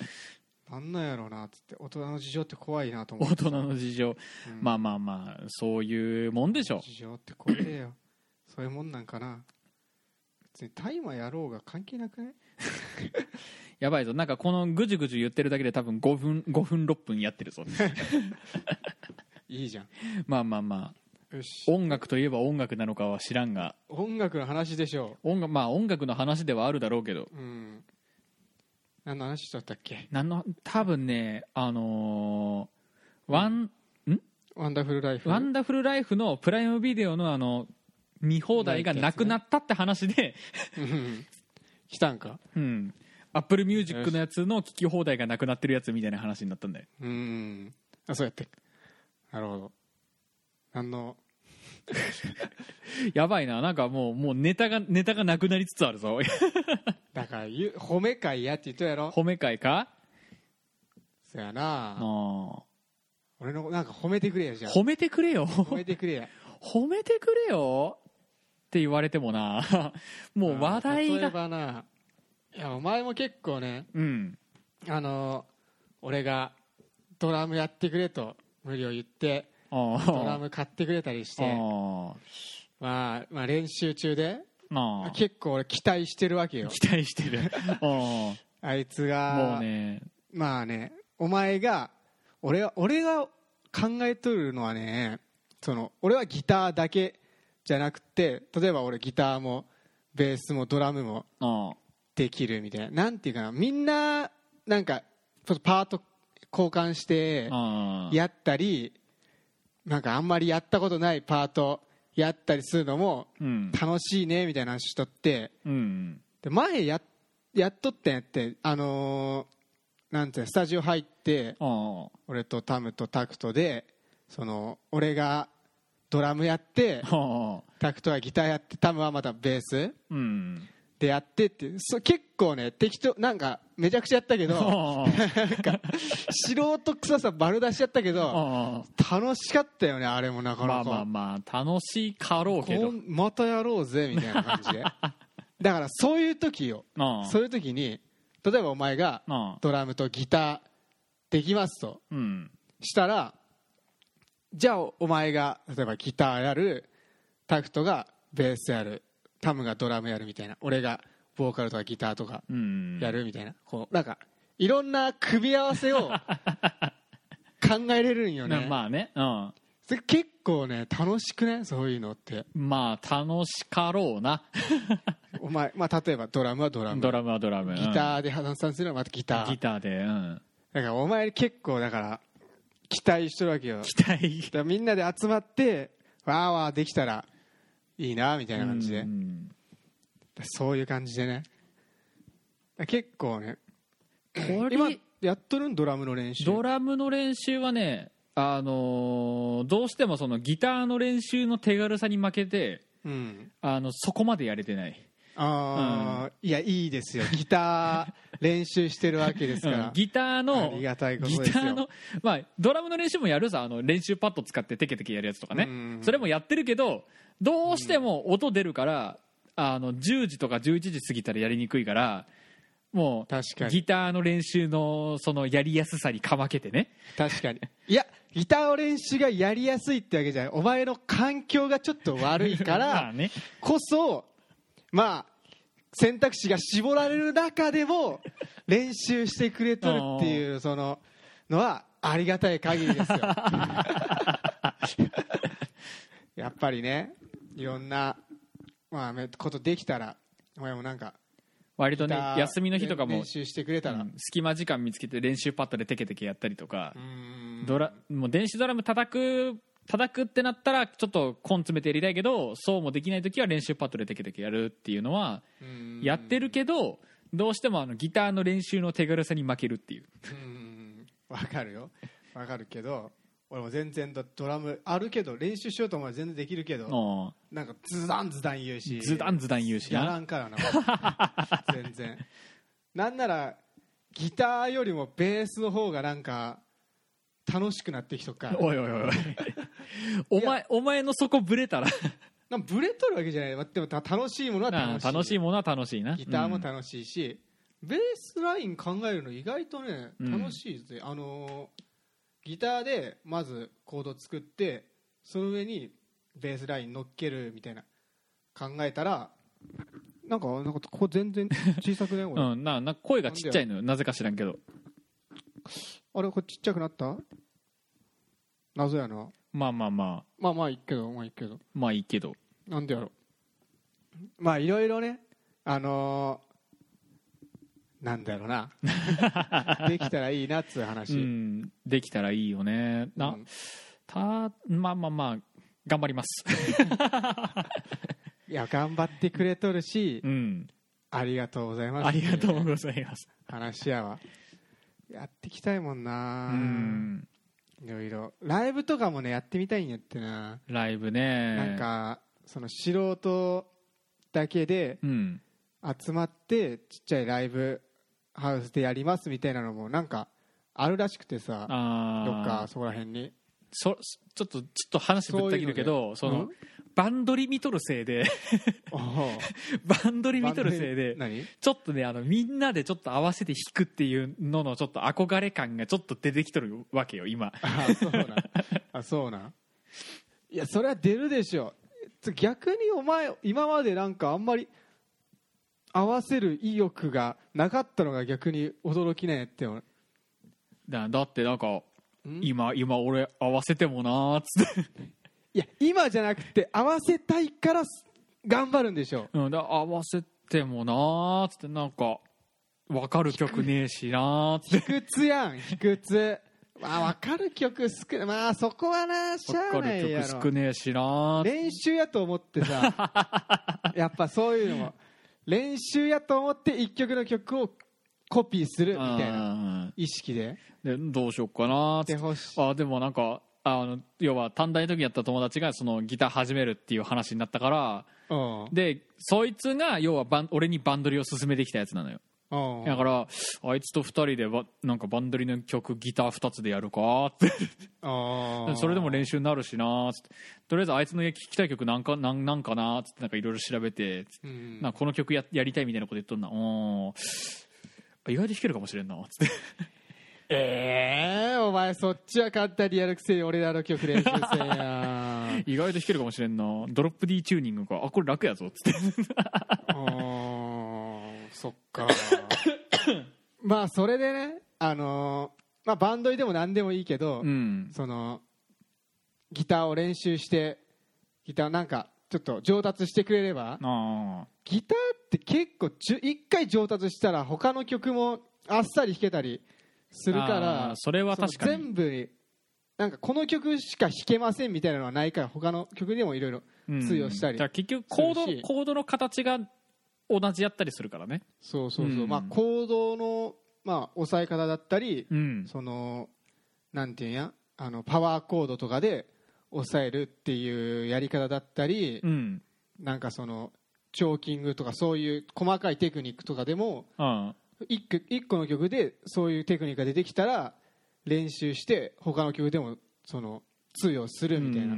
Speaker 2: なんなんやろうなっつって大人の事情って怖いなと思っ
Speaker 1: 大
Speaker 2: て
Speaker 1: 人の事情
Speaker 2: うん
Speaker 1: まあまあまあそういうもんでしょ
Speaker 2: 事情ってこれよそういうもんなんかな別に大麻やろうが関係なくない
Speaker 1: やばいぞなんかこのぐじゅぐじゅ言ってるだけで多分5分5分6分やってるぞ
Speaker 2: いいじゃん
Speaker 1: まあまあまあ
Speaker 2: よし
Speaker 1: 音楽といえば音楽なのかは知らんが
Speaker 2: 音楽の話でしょ
Speaker 1: 音楽まあ音楽の話ではあるだろうけど
Speaker 2: ううん何の話しちゃったっけ
Speaker 1: なんの多分ねあのーワン
Speaker 2: ワンダフルライフ
Speaker 1: ワンダフルライフのプライムビデオのあの見放題がなくなったって話で、
Speaker 2: うん来たんか
Speaker 1: うん、アップルミュージックのやつの聞き放題がなくなってるやつみたいな話になったんだよ
Speaker 2: うんあそうやってなるほど何の
Speaker 1: やばいななんかもうもうネタがネタがなくなりつつあるぞ
Speaker 2: だからゆ褒め会やって言ったやろ
Speaker 1: 褒め会か
Speaker 2: そや
Speaker 1: あ
Speaker 2: な
Speaker 1: ー
Speaker 2: 俺のなんか褒めてくれやじゃあ
Speaker 1: 褒めてくれよ
Speaker 2: 褒めてくれや
Speaker 1: 褒めてくれよって言われてもな [laughs] もう話題
Speaker 2: 例え
Speaker 1: が
Speaker 2: ばないやお前も結構ね
Speaker 1: うん
Speaker 2: あの俺がドラムやってくれと無理を言って
Speaker 1: ああ
Speaker 2: ドラム買ってくれたりして
Speaker 1: あ
Speaker 2: まあ、まあ練習中で
Speaker 1: あなあ
Speaker 2: 結構俺期待してるわけよ
Speaker 1: 期待して
Speaker 2: [laughs]
Speaker 1: るああ
Speaker 2: あいつが
Speaker 1: もうね
Speaker 2: まあねお前が俺は俺が考えとるのはねその俺はギターだけじゃなくて例えば俺ギターもベースもドラムも
Speaker 1: あ
Speaker 2: できるみたいななんていうかなみんななんかちょっとパート交換して
Speaker 1: あああ
Speaker 2: やったりなんかあんまりやったことないパートやったりするのも
Speaker 1: うん
Speaker 2: 楽しいねみたいな話しとって
Speaker 1: うん
Speaker 2: で前ややっとったんやってあのーなんていうのスタジオ入って
Speaker 1: ああ
Speaker 2: 俺とタムとタクトでその俺がドラムやって
Speaker 1: ああ
Speaker 2: タクトはギターやってタムはまたベース [laughs]
Speaker 1: うん
Speaker 2: でやってっていうそう結構ね適当なんかめちゃくちゃやったけ
Speaker 1: あ
Speaker 2: ど
Speaker 1: あ
Speaker 2: なんか素人臭さ丸出しちゃったけど
Speaker 1: あ
Speaker 2: 楽しかったよねあれもな
Speaker 1: あ
Speaker 2: か
Speaker 1: まあ
Speaker 2: なか、
Speaker 1: まあまあ楽しかろうけ
Speaker 2: こ
Speaker 1: ど [laughs]
Speaker 2: んまたやろうぜみたいな感じでだからそういう時よ
Speaker 1: ああ
Speaker 2: そういう時に例えばお前が
Speaker 1: ああ
Speaker 2: ドラムとギターできますと
Speaker 1: うん
Speaker 2: したらじゃあお前が例えばギターやるタクトがベースやるタムがドラムやるみたいな俺がボーカルとかギターとか
Speaker 1: うん
Speaker 2: やるみたいな、こうなんかいろんな組み合わ
Speaker 1: [laughs]
Speaker 2: せを考えれるんよ
Speaker 1: な
Speaker 2: ね、
Speaker 1: まあねうん
Speaker 2: それ結構ね楽しくねそういうのって
Speaker 1: まあ楽しかろうな
Speaker 2: お前、まあ、例えばドラムはドラム
Speaker 1: ドラムはドラム
Speaker 2: ギターで発散するのはまたギ
Speaker 1: うん
Speaker 2: ター
Speaker 1: ギターでうん
Speaker 2: だからお前結構だから期待してるわけよ
Speaker 1: 期待
Speaker 2: だからみんなで集まってわーわーできたらいいなみたいな感じで、
Speaker 1: うん
Speaker 2: そういう感じでねだから結構ね
Speaker 1: こ
Speaker 2: 今
Speaker 1: れ
Speaker 2: やっとるんドラムの練習
Speaker 1: ドラムの練習はねあのーどうしてもそのギターの練習の手軽さに負けて
Speaker 2: うん
Speaker 1: あのそこまでやれてない
Speaker 2: ああ、いやいいですよギター練習してるわけですから、
Speaker 1: [laughs] うんギターの
Speaker 2: ありがたいことですよ
Speaker 1: ギターの、まあ、ドラムの練習もやるさあの練習パッド使ってテケテケやるやつとかね、
Speaker 2: うん
Speaker 1: それもやってるけどどうしても音出るから、あの10時とか11時過ぎたらやりにくいからもう
Speaker 2: 確かに
Speaker 1: ギターの練習のそのやりやすさにかまけてね
Speaker 2: 確かにいやギターの練習がやりやすいってわけじゃないお前の環境がちょっと悪いか
Speaker 1: [laughs] ま
Speaker 2: ら
Speaker 1: あね
Speaker 2: こそまあ選択肢が絞られる中でも練習してくれとるっていうそののはありがたい限りで
Speaker 1: [laughs]
Speaker 2: すよやっぱりねいろんな、まあ、めことできたらお前もなんか
Speaker 1: 割とね
Speaker 2: ギター
Speaker 1: 休みの日とかも
Speaker 2: 練習してくれたら、
Speaker 1: うん隙間時間見つけて練習パッドでテケテケやったりとか
Speaker 2: う、ん
Speaker 1: ドラもう電子ドラム叩く叩くってなったらちょっと根詰めてやりたいけどそうもできない時は練習パッドでテケテケやるっていうのは
Speaker 2: うん
Speaker 1: やってるけどどうしてもあのギターの練習の手軽さに負けるっていう
Speaker 2: うんわかるよわかるけど俺も全然ドドラムあるけど練習しようと思えば全然できるけど
Speaker 1: あ
Speaker 2: なんかズダンズダン言うし
Speaker 1: ズダンズダン言うしな
Speaker 2: やらんからな全然なんならギターよりもベースの方がなんか楽しくなってきとくか
Speaker 1: あ
Speaker 2: ら
Speaker 1: おいおいおい [laughs] おいお前お前のそこブレたら
Speaker 2: なんかブレとるわけじゃないでもた楽しいものは
Speaker 1: あ
Speaker 2: 楽しい
Speaker 1: あ楽しいものは楽しいな
Speaker 2: ギターも
Speaker 1: し
Speaker 2: 楽しいし、ベースライン考えるの意外とね
Speaker 1: うん
Speaker 2: 楽しいぜ、あのーギターでまずコード作ってその上にベースライン乗っけるみたいな考えたらなんかなんかここ
Speaker 1: [laughs]
Speaker 2: 全然小さくね俺、
Speaker 1: うん、なな声がちっちゃいのよなぜか知らんけど
Speaker 2: あれこれちっちゃくなった謎やな
Speaker 1: まあまあまあ
Speaker 2: まあまあいいけどまあいいけど
Speaker 1: まあいいけど
Speaker 2: なんでやろうまあいろいろねあのーなんだろ
Speaker 1: [laughs]
Speaker 2: うなできたらいいなっつう話、
Speaker 1: うんできたらいいよねな、
Speaker 2: うん
Speaker 1: たまあまあまあ頑張ります
Speaker 2: いや頑張ってくれとるし、
Speaker 1: うん
Speaker 2: ありがとうございます
Speaker 1: ありがとうございます
Speaker 2: 話やわやってきたいもん
Speaker 1: う
Speaker 2: なんいろいろライブとかもねやってみたいんやってな、
Speaker 1: ライブね
Speaker 2: なんかその素人だけで
Speaker 1: うん
Speaker 2: 集まってちっちゃいライブハウスでやりますみたいなのもなんかあるらしくてさど
Speaker 1: あ
Speaker 2: っ
Speaker 1: ー
Speaker 2: かそこら辺に
Speaker 1: そちょっとちょっと話ぶった切るけどそ
Speaker 2: そういう
Speaker 1: の、
Speaker 2: ので
Speaker 1: バンドリ見とるせいで [laughs]
Speaker 2: お [laughs] お
Speaker 1: バンドリ見とるせいで [laughs]
Speaker 2: 何
Speaker 1: ちょっとねあのみんなでちょっと合わせて弾くっていうののちょっと憧れ感がちょっと出てきとるわけよ今
Speaker 2: あそうなんあそうなんいやそれは出るでしょ逆にお前今までなんかあんまり合わせる意欲がなかったのが逆に驚きねって思う
Speaker 1: だだってなんか
Speaker 2: ん
Speaker 1: 今今俺合わせてもなーっつって [laughs]
Speaker 2: いや今じゃなくて合わせたいから頑張るんでしょ
Speaker 1: うん、だ合わせてもなーっつってなんか分かる曲ねえしなーっつって
Speaker 2: 卑屈やん卑屈まあ分かる曲少ないまあそこはなしゃあ
Speaker 1: 分か
Speaker 2: な
Speaker 1: る
Speaker 2: いや
Speaker 1: 曲
Speaker 2: ろ
Speaker 1: 少ねえしなーっつって
Speaker 2: 練習やと思っ
Speaker 1: [laughs]
Speaker 2: てさやっぱそういうのも練習やと思って1曲の曲をコピーするみたいな
Speaker 1: うん
Speaker 2: 意識で
Speaker 1: でどうしよっかなーっつ
Speaker 2: で
Speaker 1: って
Speaker 2: ほしい
Speaker 1: あでもなんかあの要は短大の時やった友達がそのギター始めるっていう話になったから
Speaker 2: うん
Speaker 1: でそいつが要はバン俺にバンドリを勧めてきたやつなのよ
Speaker 2: うん
Speaker 1: だからあいつと2人でばなんかバンドリの曲ギター2つでやるかって
Speaker 2: あー
Speaker 1: それでも練習になるしなーつってとりあえずあいつの聴きたい曲なんかなんなんかなーつってなんかいろいろ調べてつって
Speaker 2: うん
Speaker 1: なんかこの曲ややりたいみたいなこと言っとんなうん意外と弾けるかもしれんなつって
Speaker 2: ええお前そっちは簡単にやるくせに俺らの曲練習せんや
Speaker 1: [laughs] 意外と弾けるかもしれんなドロップ D チューニングかあこれ楽やぞつって
Speaker 2: [laughs] うーんそっ
Speaker 1: [laughs]
Speaker 2: かまあそれでねあのーまあバンドでも何でもいいけど、
Speaker 1: うん
Speaker 2: そのギターを練習してギターなんかちょっと上達してくれれ
Speaker 1: あ
Speaker 2: ば
Speaker 1: あ
Speaker 2: ギターって結構じゅ一回上達したら他の曲もあっさり弾けたりするから
Speaker 1: あーそれは確かに
Speaker 2: その全部なんかこの曲しか弾けませんみたいなのはないから他の曲でもいろいろ通用したり、
Speaker 1: だから結局コー
Speaker 2: する
Speaker 1: ド
Speaker 2: し
Speaker 1: コードの形が同じやったりするからね
Speaker 2: そうそうそう、
Speaker 1: うん
Speaker 2: まあ行動のまあ抑え方だったり、
Speaker 1: うん
Speaker 2: そのなんていうんやあのパワーコードとかで抑えるっていうやり方だったり、
Speaker 1: うん
Speaker 2: なんかそのチョーキングとかそういう細かいテクニックとかでも
Speaker 1: あ
Speaker 2: 一個一個の曲でそういうテクニックが出てきたら練習して他の曲でもその通用するみたいな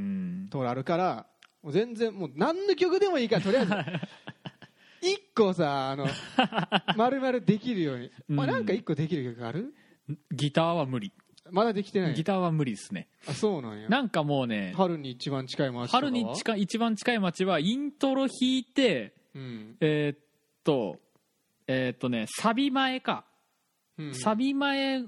Speaker 2: ところあるからもう全然もう何の曲でもいいからとりあえ
Speaker 1: [laughs]
Speaker 2: ず一個さあの丸々できるように、まあ、
Speaker 1: うん
Speaker 2: なんか一個できる曲ある
Speaker 1: ギターは無理
Speaker 2: まだできてな
Speaker 1: ギ
Speaker 2: い
Speaker 1: ターは無理ですね
Speaker 2: あそうなんや
Speaker 1: なんかもうね
Speaker 2: 春に一番近い街とかは
Speaker 1: 春に近い一番近い街はイントロ弾いて
Speaker 2: うん
Speaker 1: えーっとえーっとねサビ前か
Speaker 2: うん
Speaker 1: サビ前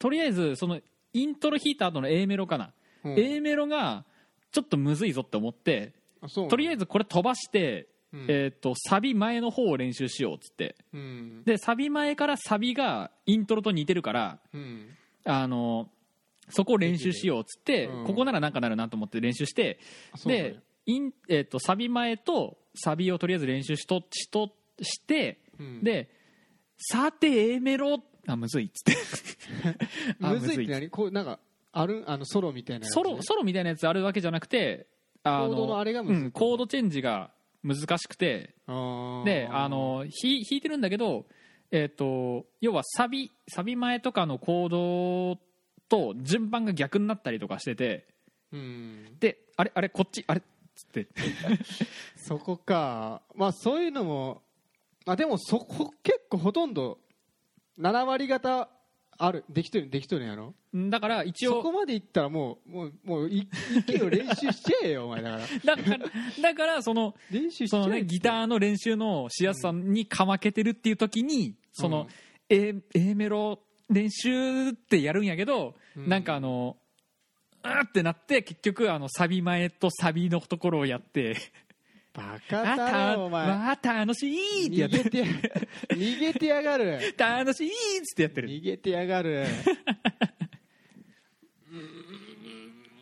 Speaker 1: とりあえずそのイントロ弾いた後の A メロかな、
Speaker 2: うん
Speaker 1: A メロがちょっとむずいぞって思って
Speaker 2: あそうなんや
Speaker 1: とりあえずこれ飛ばして、
Speaker 2: うん
Speaker 1: えーっとサビ前の方を練習しようっつって
Speaker 2: うん
Speaker 1: でサビ前からサビがイントロと似てるから
Speaker 2: うん
Speaker 1: あのそこを練習しようっつって、
Speaker 2: うん
Speaker 1: ここならなんかなるなと思って練習して
Speaker 2: あそうなんや
Speaker 1: でイン、えー、とサビ前とサビをとりあえず練習しとしとして、
Speaker 2: うん
Speaker 1: でさて A メロあむずいっつってあ
Speaker 2: [laughs] むずいって
Speaker 1: っつ
Speaker 2: 何こうなんかあるあのソロみたいなやつ
Speaker 1: ソロソロみたいなやつあるわけじゃなくてあ
Speaker 2: コードのあれがむずい
Speaker 1: うんコードチェンジが難しくて
Speaker 2: あー
Speaker 1: であのひ弾いてるんだけど、えー、と要はサビサビ前とかのコードと順番が逆になったりとかしてて
Speaker 2: うん
Speaker 1: であれあれこっちあれっつって
Speaker 2: そこかまあそういうのもまあでもそこ結構ほとんど7割方あるできてるできてるんやろ
Speaker 1: うんだから一
Speaker 2: そ
Speaker 1: 応
Speaker 2: こまでいったらもうもうもうい一気を練習しちゃえよお前だから
Speaker 1: だからだからその
Speaker 2: 練習しち
Speaker 1: そ
Speaker 2: ゃえ [laughs]
Speaker 1: の、ね、ギターの練習のしやすさにかまけてるっていう時にその、A, A メロ練習ってやるんやけど、
Speaker 2: うん
Speaker 1: なんかあのうーってなって結局あのサビ前とサビのところをやって
Speaker 2: バ
Speaker 1: 「
Speaker 2: カ
Speaker 1: あ
Speaker 2: だ
Speaker 1: た
Speaker 2: ろお前
Speaker 1: わあ楽しい!」ってや
Speaker 2: 逃
Speaker 1: って
Speaker 2: げてや逃げてやがる
Speaker 1: 「楽しい!」っつってやってる
Speaker 2: 逃げてやがる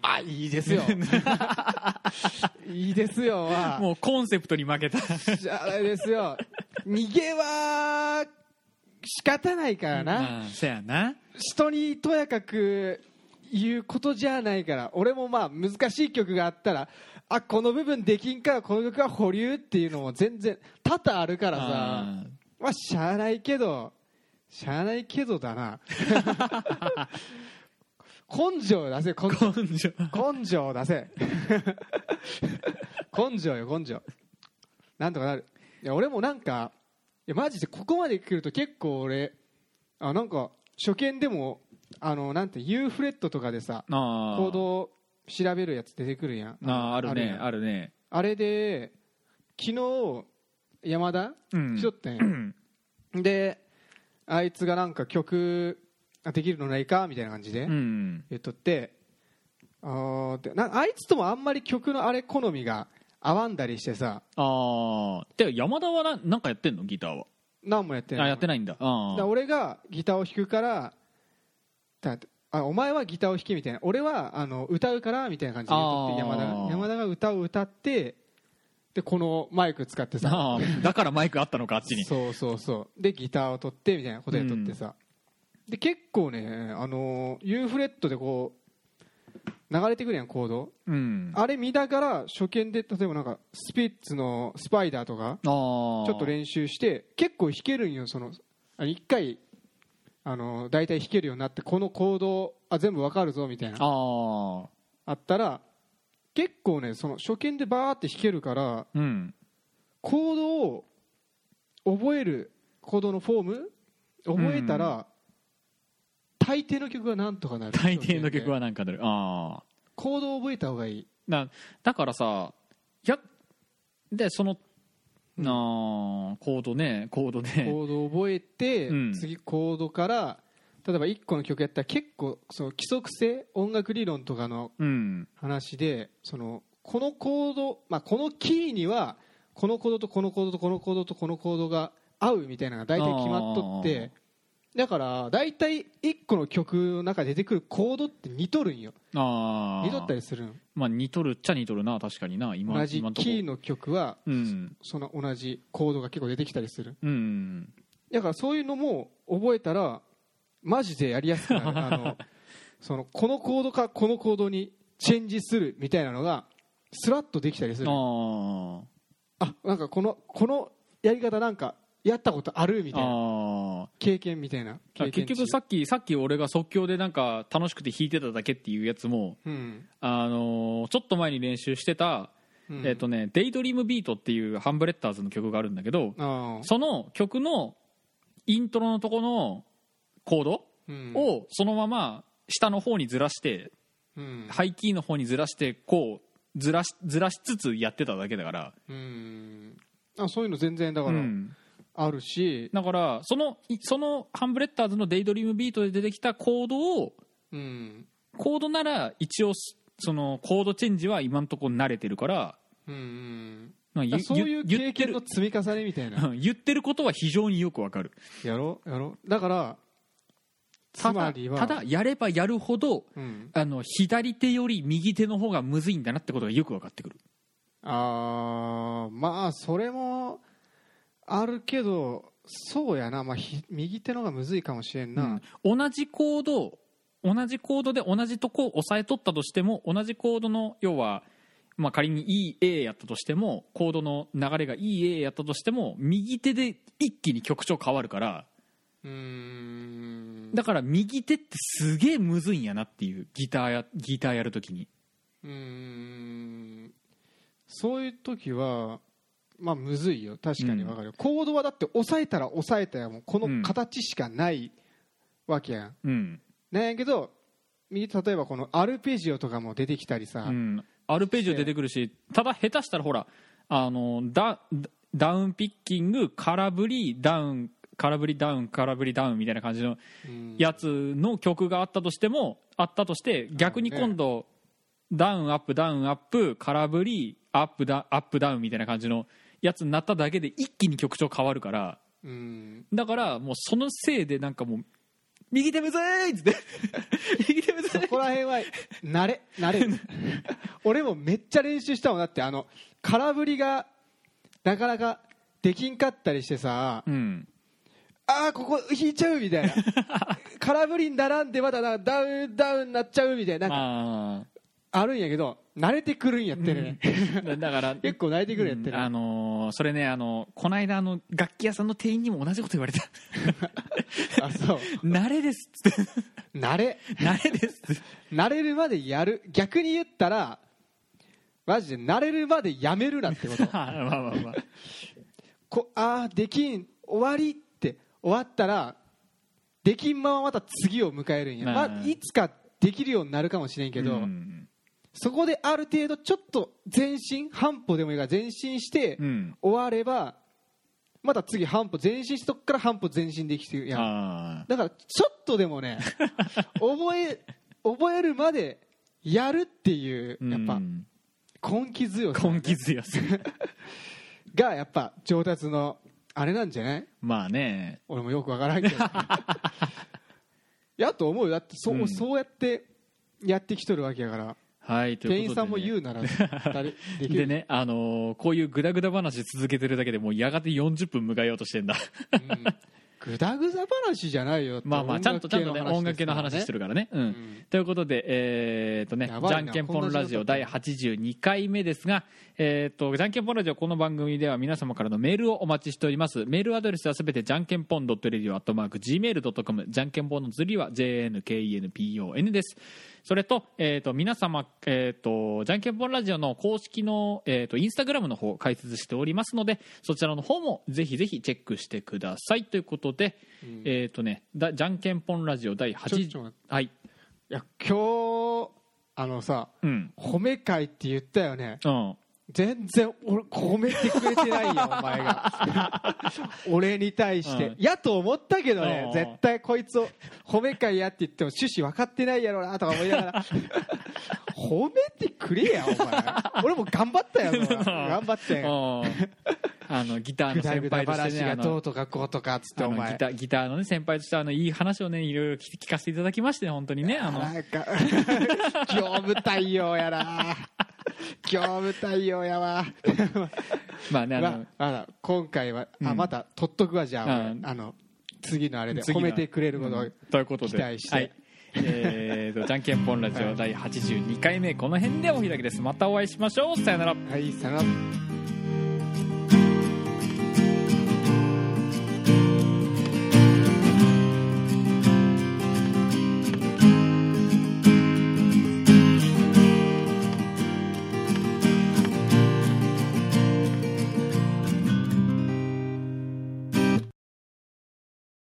Speaker 2: まあいいですよ [laughs] いいですよ
Speaker 1: [laughs]
Speaker 2: は
Speaker 1: もうコンセプトに負けた
Speaker 2: じゃあれですよ逃げは仕方ないからな、
Speaker 1: ああそやな
Speaker 2: 人にとやかく言うことじゃないから俺もまあ難しい曲があったらあこの部分できんからこの曲は保留っていうのも全然多々あるからさ
Speaker 1: ああ
Speaker 2: まあしゃあないけどしゃあないけど
Speaker 1: [laughs]
Speaker 2: だな根性を出せ
Speaker 1: [laughs]
Speaker 2: 根性
Speaker 1: 根性
Speaker 2: 根性を出せ
Speaker 1: [laughs]
Speaker 2: 根性よ根性なんとかなるいや俺もなんかいやマジでここまで来ると結構俺あなんか初見でもあのなんて U フレットとかでさ
Speaker 1: ああ
Speaker 2: 行動を調べるやつ出てくるやん
Speaker 1: あああるね
Speaker 2: やん
Speaker 1: あるね
Speaker 2: あれで昨日山田
Speaker 1: うん
Speaker 2: 来とったんや
Speaker 1: うん
Speaker 2: であいつがなんか曲あできるのないかみたいな感じで、
Speaker 1: うん
Speaker 2: 言っとってあーでなあいつともあんまり曲のあれ好みが合わんだりしてさ
Speaker 1: ああで山田はななんかやってんのギターは
Speaker 2: 何もやってない
Speaker 1: あやってないんだあ
Speaker 2: だ
Speaker 1: あ
Speaker 2: から俺がギターを弾くからだってあお前はギターを弾きみたいな俺はあの歌うからみたいな感じで言っとって
Speaker 1: あー
Speaker 2: 山田が山田が歌を歌ってでこのマイク使ってさ
Speaker 1: ああだからマイクあったのかあっちに
Speaker 2: そうそうそうでギターを取ってみたいなことやっとってさ、で結構ねあのユーフレットでこう流れてくるやんコード
Speaker 1: うん
Speaker 2: あれ見ながら初見で例えばなんかスピッツの「スパイダー」とか
Speaker 1: あー
Speaker 2: ちょっと練習して結構弾けるんよそのあ一回あの大体弾けるようになってこの行動あ全部わかるぞみたいなあ
Speaker 1: あ
Speaker 2: ったら結構ねその初見でバーって弾けるから
Speaker 1: あうん
Speaker 2: 行動を覚える行動のフォーム覚えたら、大抵の曲はなんとかなる
Speaker 1: 大抵の曲
Speaker 2: 初見で
Speaker 1: はなんかなるああ
Speaker 2: 行動を覚えた方がいい
Speaker 1: だだからさやでその
Speaker 2: うん
Speaker 1: なあコードねコードね
Speaker 2: コードを覚えて、
Speaker 1: うん
Speaker 2: 次コードから例えば1個の曲やったら結構その規則性音楽理論とかの
Speaker 1: うん
Speaker 2: 話でそのこのコード、まあ、このキーにはこのコードとこのコードとこのコードとこのコードが合うみたいなのが大体決まっとってだから大体1個の曲の中で出てくるコードって似とるんよ
Speaker 1: ああ
Speaker 2: 似とったりするん
Speaker 1: まあ似とるっちゃ似とるな確かにな今
Speaker 2: 同じ
Speaker 1: 今んとこ
Speaker 2: キーの曲は
Speaker 1: うん
Speaker 2: その同じコードが結構出てきたりする
Speaker 1: うん
Speaker 2: だからそういうのも覚えたらマジでやりやすくなる
Speaker 1: [laughs]
Speaker 2: あのそのこのコードからこのコードにチェンジするみたいなのがスラッとできたりする
Speaker 1: あ
Speaker 2: あなんかこのこのやり方なんかやったことあるみ
Speaker 1: あ
Speaker 2: たいな
Speaker 1: あ
Speaker 2: 経験みたいな
Speaker 1: あ
Speaker 2: 経験
Speaker 1: 結
Speaker 2: 値
Speaker 1: 局さっきさっき俺が即興でなんか楽しくて弾いてただけっていうやつも、
Speaker 2: うん
Speaker 1: あのーちょっと前に練習してた、
Speaker 2: うん
Speaker 1: えっとね「デイドリームビート」っていうハンブレッターズの曲があるんだけど
Speaker 2: あ
Speaker 1: その曲のイントロのとこのコード
Speaker 2: ーうん
Speaker 1: をそのまま下の方にずらして、
Speaker 2: うん
Speaker 1: ハイキーの方にずらしてこうずらしずらしつつやってただけだから、
Speaker 2: うんあそういうの全然だから
Speaker 1: うん
Speaker 2: あるし
Speaker 1: だからそのいそのハンブレッターズの「デイドリームビート」で出てきたコードを
Speaker 2: うん
Speaker 1: コードなら一応すそのコードチェンジは今のところ慣れてるから
Speaker 2: うんうん
Speaker 1: まあゆ
Speaker 2: あそういう
Speaker 1: ゆ言
Speaker 2: 経
Speaker 1: って
Speaker 2: 験
Speaker 1: る
Speaker 2: の積み重ねみたいな
Speaker 1: 言ってることは非常によくわかる
Speaker 2: やろやろだからつ
Speaker 1: た
Speaker 2: ま
Speaker 1: だ
Speaker 2: りは
Speaker 1: ただやればやるほど
Speaker 2: うん
Speaker 1: あの左手より右手の方がむずいんだなってことがよく分かってくる
Speaker 2: あーまあそれもあるけどそうやなまあひ右手の方がむずいかもしれんな、
Speaker 1: うん同じコード同じコードで同じとこを押さえとったとしても同じコードの要は、まあ、仮に EA やったとしてもコードの流れが EA やったとしても右手で一気に曲調変わるから
Speaker 2: うーん
Speaker 1: だから右手ってすげえむずいんやなっていうギターやギターやるときに
Speaker 2: うーんそういう時はまあむずいよ確かにわかるよ、コードはだって押さえたら押さえたやもうこ
Speaker 1: うん
Speaker 2: の形しかないわけやん、
Speaker 1: うん、
Speaker 2: なんやけど右例えばこのアルペジオとかも出てきたりさ、
Speaker 1: うん、アルペジオ出てくるしただ下手したらほらあのダダダウンピッキング空振りダウン空振りダウン空振りダウンみたいな感じの
Speaker 2: うん
Speaker 1: やつの曲があったとしてもあったとして逆に今度ダウンアップダウンアップ空振りアップダアップダウンみたいな感じのやつになっただけで一気に曲調変わるから
Speaker 2: うん
Speaker 1: だからもうそのせいでなんかもう右手むずいっつって [laughs] 右手むずい
Speaker 2: そこら辺は慣れ慣れ [laughs] 俺もめっちゃ練習したもんだってあの空振りがなかなかできんかったりしてさ、
Speaker 1: うん
Speaker 2: ああここ引いちゃうみた
Speaker 1: [laughs]
Speaker 2: いな空振りに並んでまだなダウンダウンになっちゃうみたいななんか
Speaker 1: あ
Speaker 2: あるんやけど慣れてくるんや [laughs] ってね、
Speaker 1: あだだから
Speaker 2: [laughs] 結構慣れてくるんやって
Speaker 1: うんあ
Speaker 2: ね、
Speaker 1: のーそれねあのこないだあの楽器屋さんの店員にも同じこと言われ
Speaker 2: [laughs]
Speaker 1: た
Speaker 2: あそう
Speaker 1: 慣れですっつって
Speaker 2: 慣れ
Speaker 1: 慣れです
Speaker 2: [laughs]
Speaker 1: っつって
Speaker 2: 慣れるまでやる逆に言ったらマジで慣れるまでやめるなってこと
Speaker 1: まあまあまあ
Speaker 2: こあーできん終わりって終わったらできんまままた次を迎えるんや、
Speaker 1: まあ
Speaker 2: まあ、いつかできるようになるかもしれんけど、
Speaker 1: うん
Speaker 2: そこである程度ちょっと前進半歩でもいいから前進して
Speaker 1: うん
Speaker 2: 終わればまた次半歩前進しとくから半歩前進できてるやん
Speaker 1: あ
Speaker 2: だからちょっとでも
Speaker 1: [laughs]
Speaker 2: ね覚え覚えるまでやるっていう
Speaker 1: ー
Speaker 2: やっ
Speaker 1: う
Speaker 2: ぱ
Speaker 1: ん
Speaker 2: 根気強さ
Speaker 1: 根気強さ
Speaker 2: がやっぱ上達のあれなんじゃない
Speaker 1: まあね
Speaker 2: 俺もよくわからんけ
Speaker 1: [laughs]
Speaker 2: どやと思うよだってそう,、
Speaker 1: うん
Speaker 2: そうやってやってきとるわけやから
Speaker 1: はいと
Speaker 2: 店
Speaker 1: いうこ
Speaker 2: 員
Speaker 1: とで、ね、
Speaker 2: さんも言うなら誰でき
Speaker 1: で
Speaker 2: る
Speaker 1: ね、あのーこういうグダグダ話続けてるだけでもうやがて40分迎えようとしてんだ [laughs]
Speaker 2: うんぐだぐだ話じゃないよ
Speaker 1: まあまあちゃんとちゃんとね音楽系の話して
Speaker 2: る
Speaker 1: るからねうん、
Speaker 2: ん
Speaker 1: ということでえーっとね「
Speaker 2: やばい
Speaker 1: じ
Speaker 2: な
Speaker 1: ゃんけんぽんラジオ」第82回目ですがえーっと「じゃんけんぽんラジオ」この番組では皆様からのメールをお待ちしておりますメールアドレスはすべてじゃんけんぽん .radio.gmail.com じゃんけんぽんの釣りは JNKENPON ですそれと,、えーっと皆様、えーっとじゃんけんぽんラジオの公式の、えーっとインスタグラムの方開設しておりますのでそちらの方もぜひぜひチェックしてくださいということで、えーっとねだじゃんけんぽんラジオ第
Speaker 2: ちょちょっと
Speaker 1: 80
Speaker 2: 待
Speaker 1: はい
Speaker 2: いや今日あのさ
Speaker 1: うん
Speaker 2: 褒め会って言ったよね
Speaker 1: うん
Speaker 2: 全然俺褒めてくれて
Speaker 1: [laughs]
Speaker 2: ないよお前が [laughs] 俺に対して、
Speaker 1: うん
Speaker 2: やと思ったけど
Speaker 1: う
Speaker 2: ね
Speaker 1: ん
Speaker 2: 絶対こいつを褒め会やって言っても趣旨分かってないやろなとか思いな
Speaker 1: [laughs]
Speaker 2: がら褒めてくれやお前俺も頑張ったよそら頑張ったよ
Speaker 1: うんあのギター
Speaker 2: ぐ
Speaker 1: の
Speaker 2: だ
Speaker 1: 先
Speaker 2: ぐだ
Speaker 1: 輩として
Speaker 2: 話
Speaker 1: ね
Speaker 2: が
Speaker 1: あ
Speaker 2: どう
Speaker 1: の
Speaker 2: とかこうとかっつって
Speaker 1: あ
Speaker 2: お
Speaker 1: の
Speaker 2: 前
Speaker 1: ギターギターのね先輩としてあのいい話をねいろいろ聞かせていただきましてね本当にねあの
Speaker 2: なんか [laughs] 業務対応やな業務対応やわ
Speaker 1: まあねあ
Speaker 2: ま
Speaker 1: の
Speaker 2: あら今回は、
Speaker 1: う
Speaker 2: あ
Speaker 1: ん
Speaker 2: また取っとくわじゃあ、俺
Speaker 1: うん
Speaker 2: あの次のあれで
Speaker 1: 次
Speaker 2: 褒
Speaker 1: の
Speaker 2: めてくれることを、
Speaker 1: うんということで
Speaker 2: 期待して
Speaker 1: はいえーとじゃんけんぽんラジオ第82回目この辺でお開きですまたお会いしましょうさよなら
Speaker 2: はいさよなら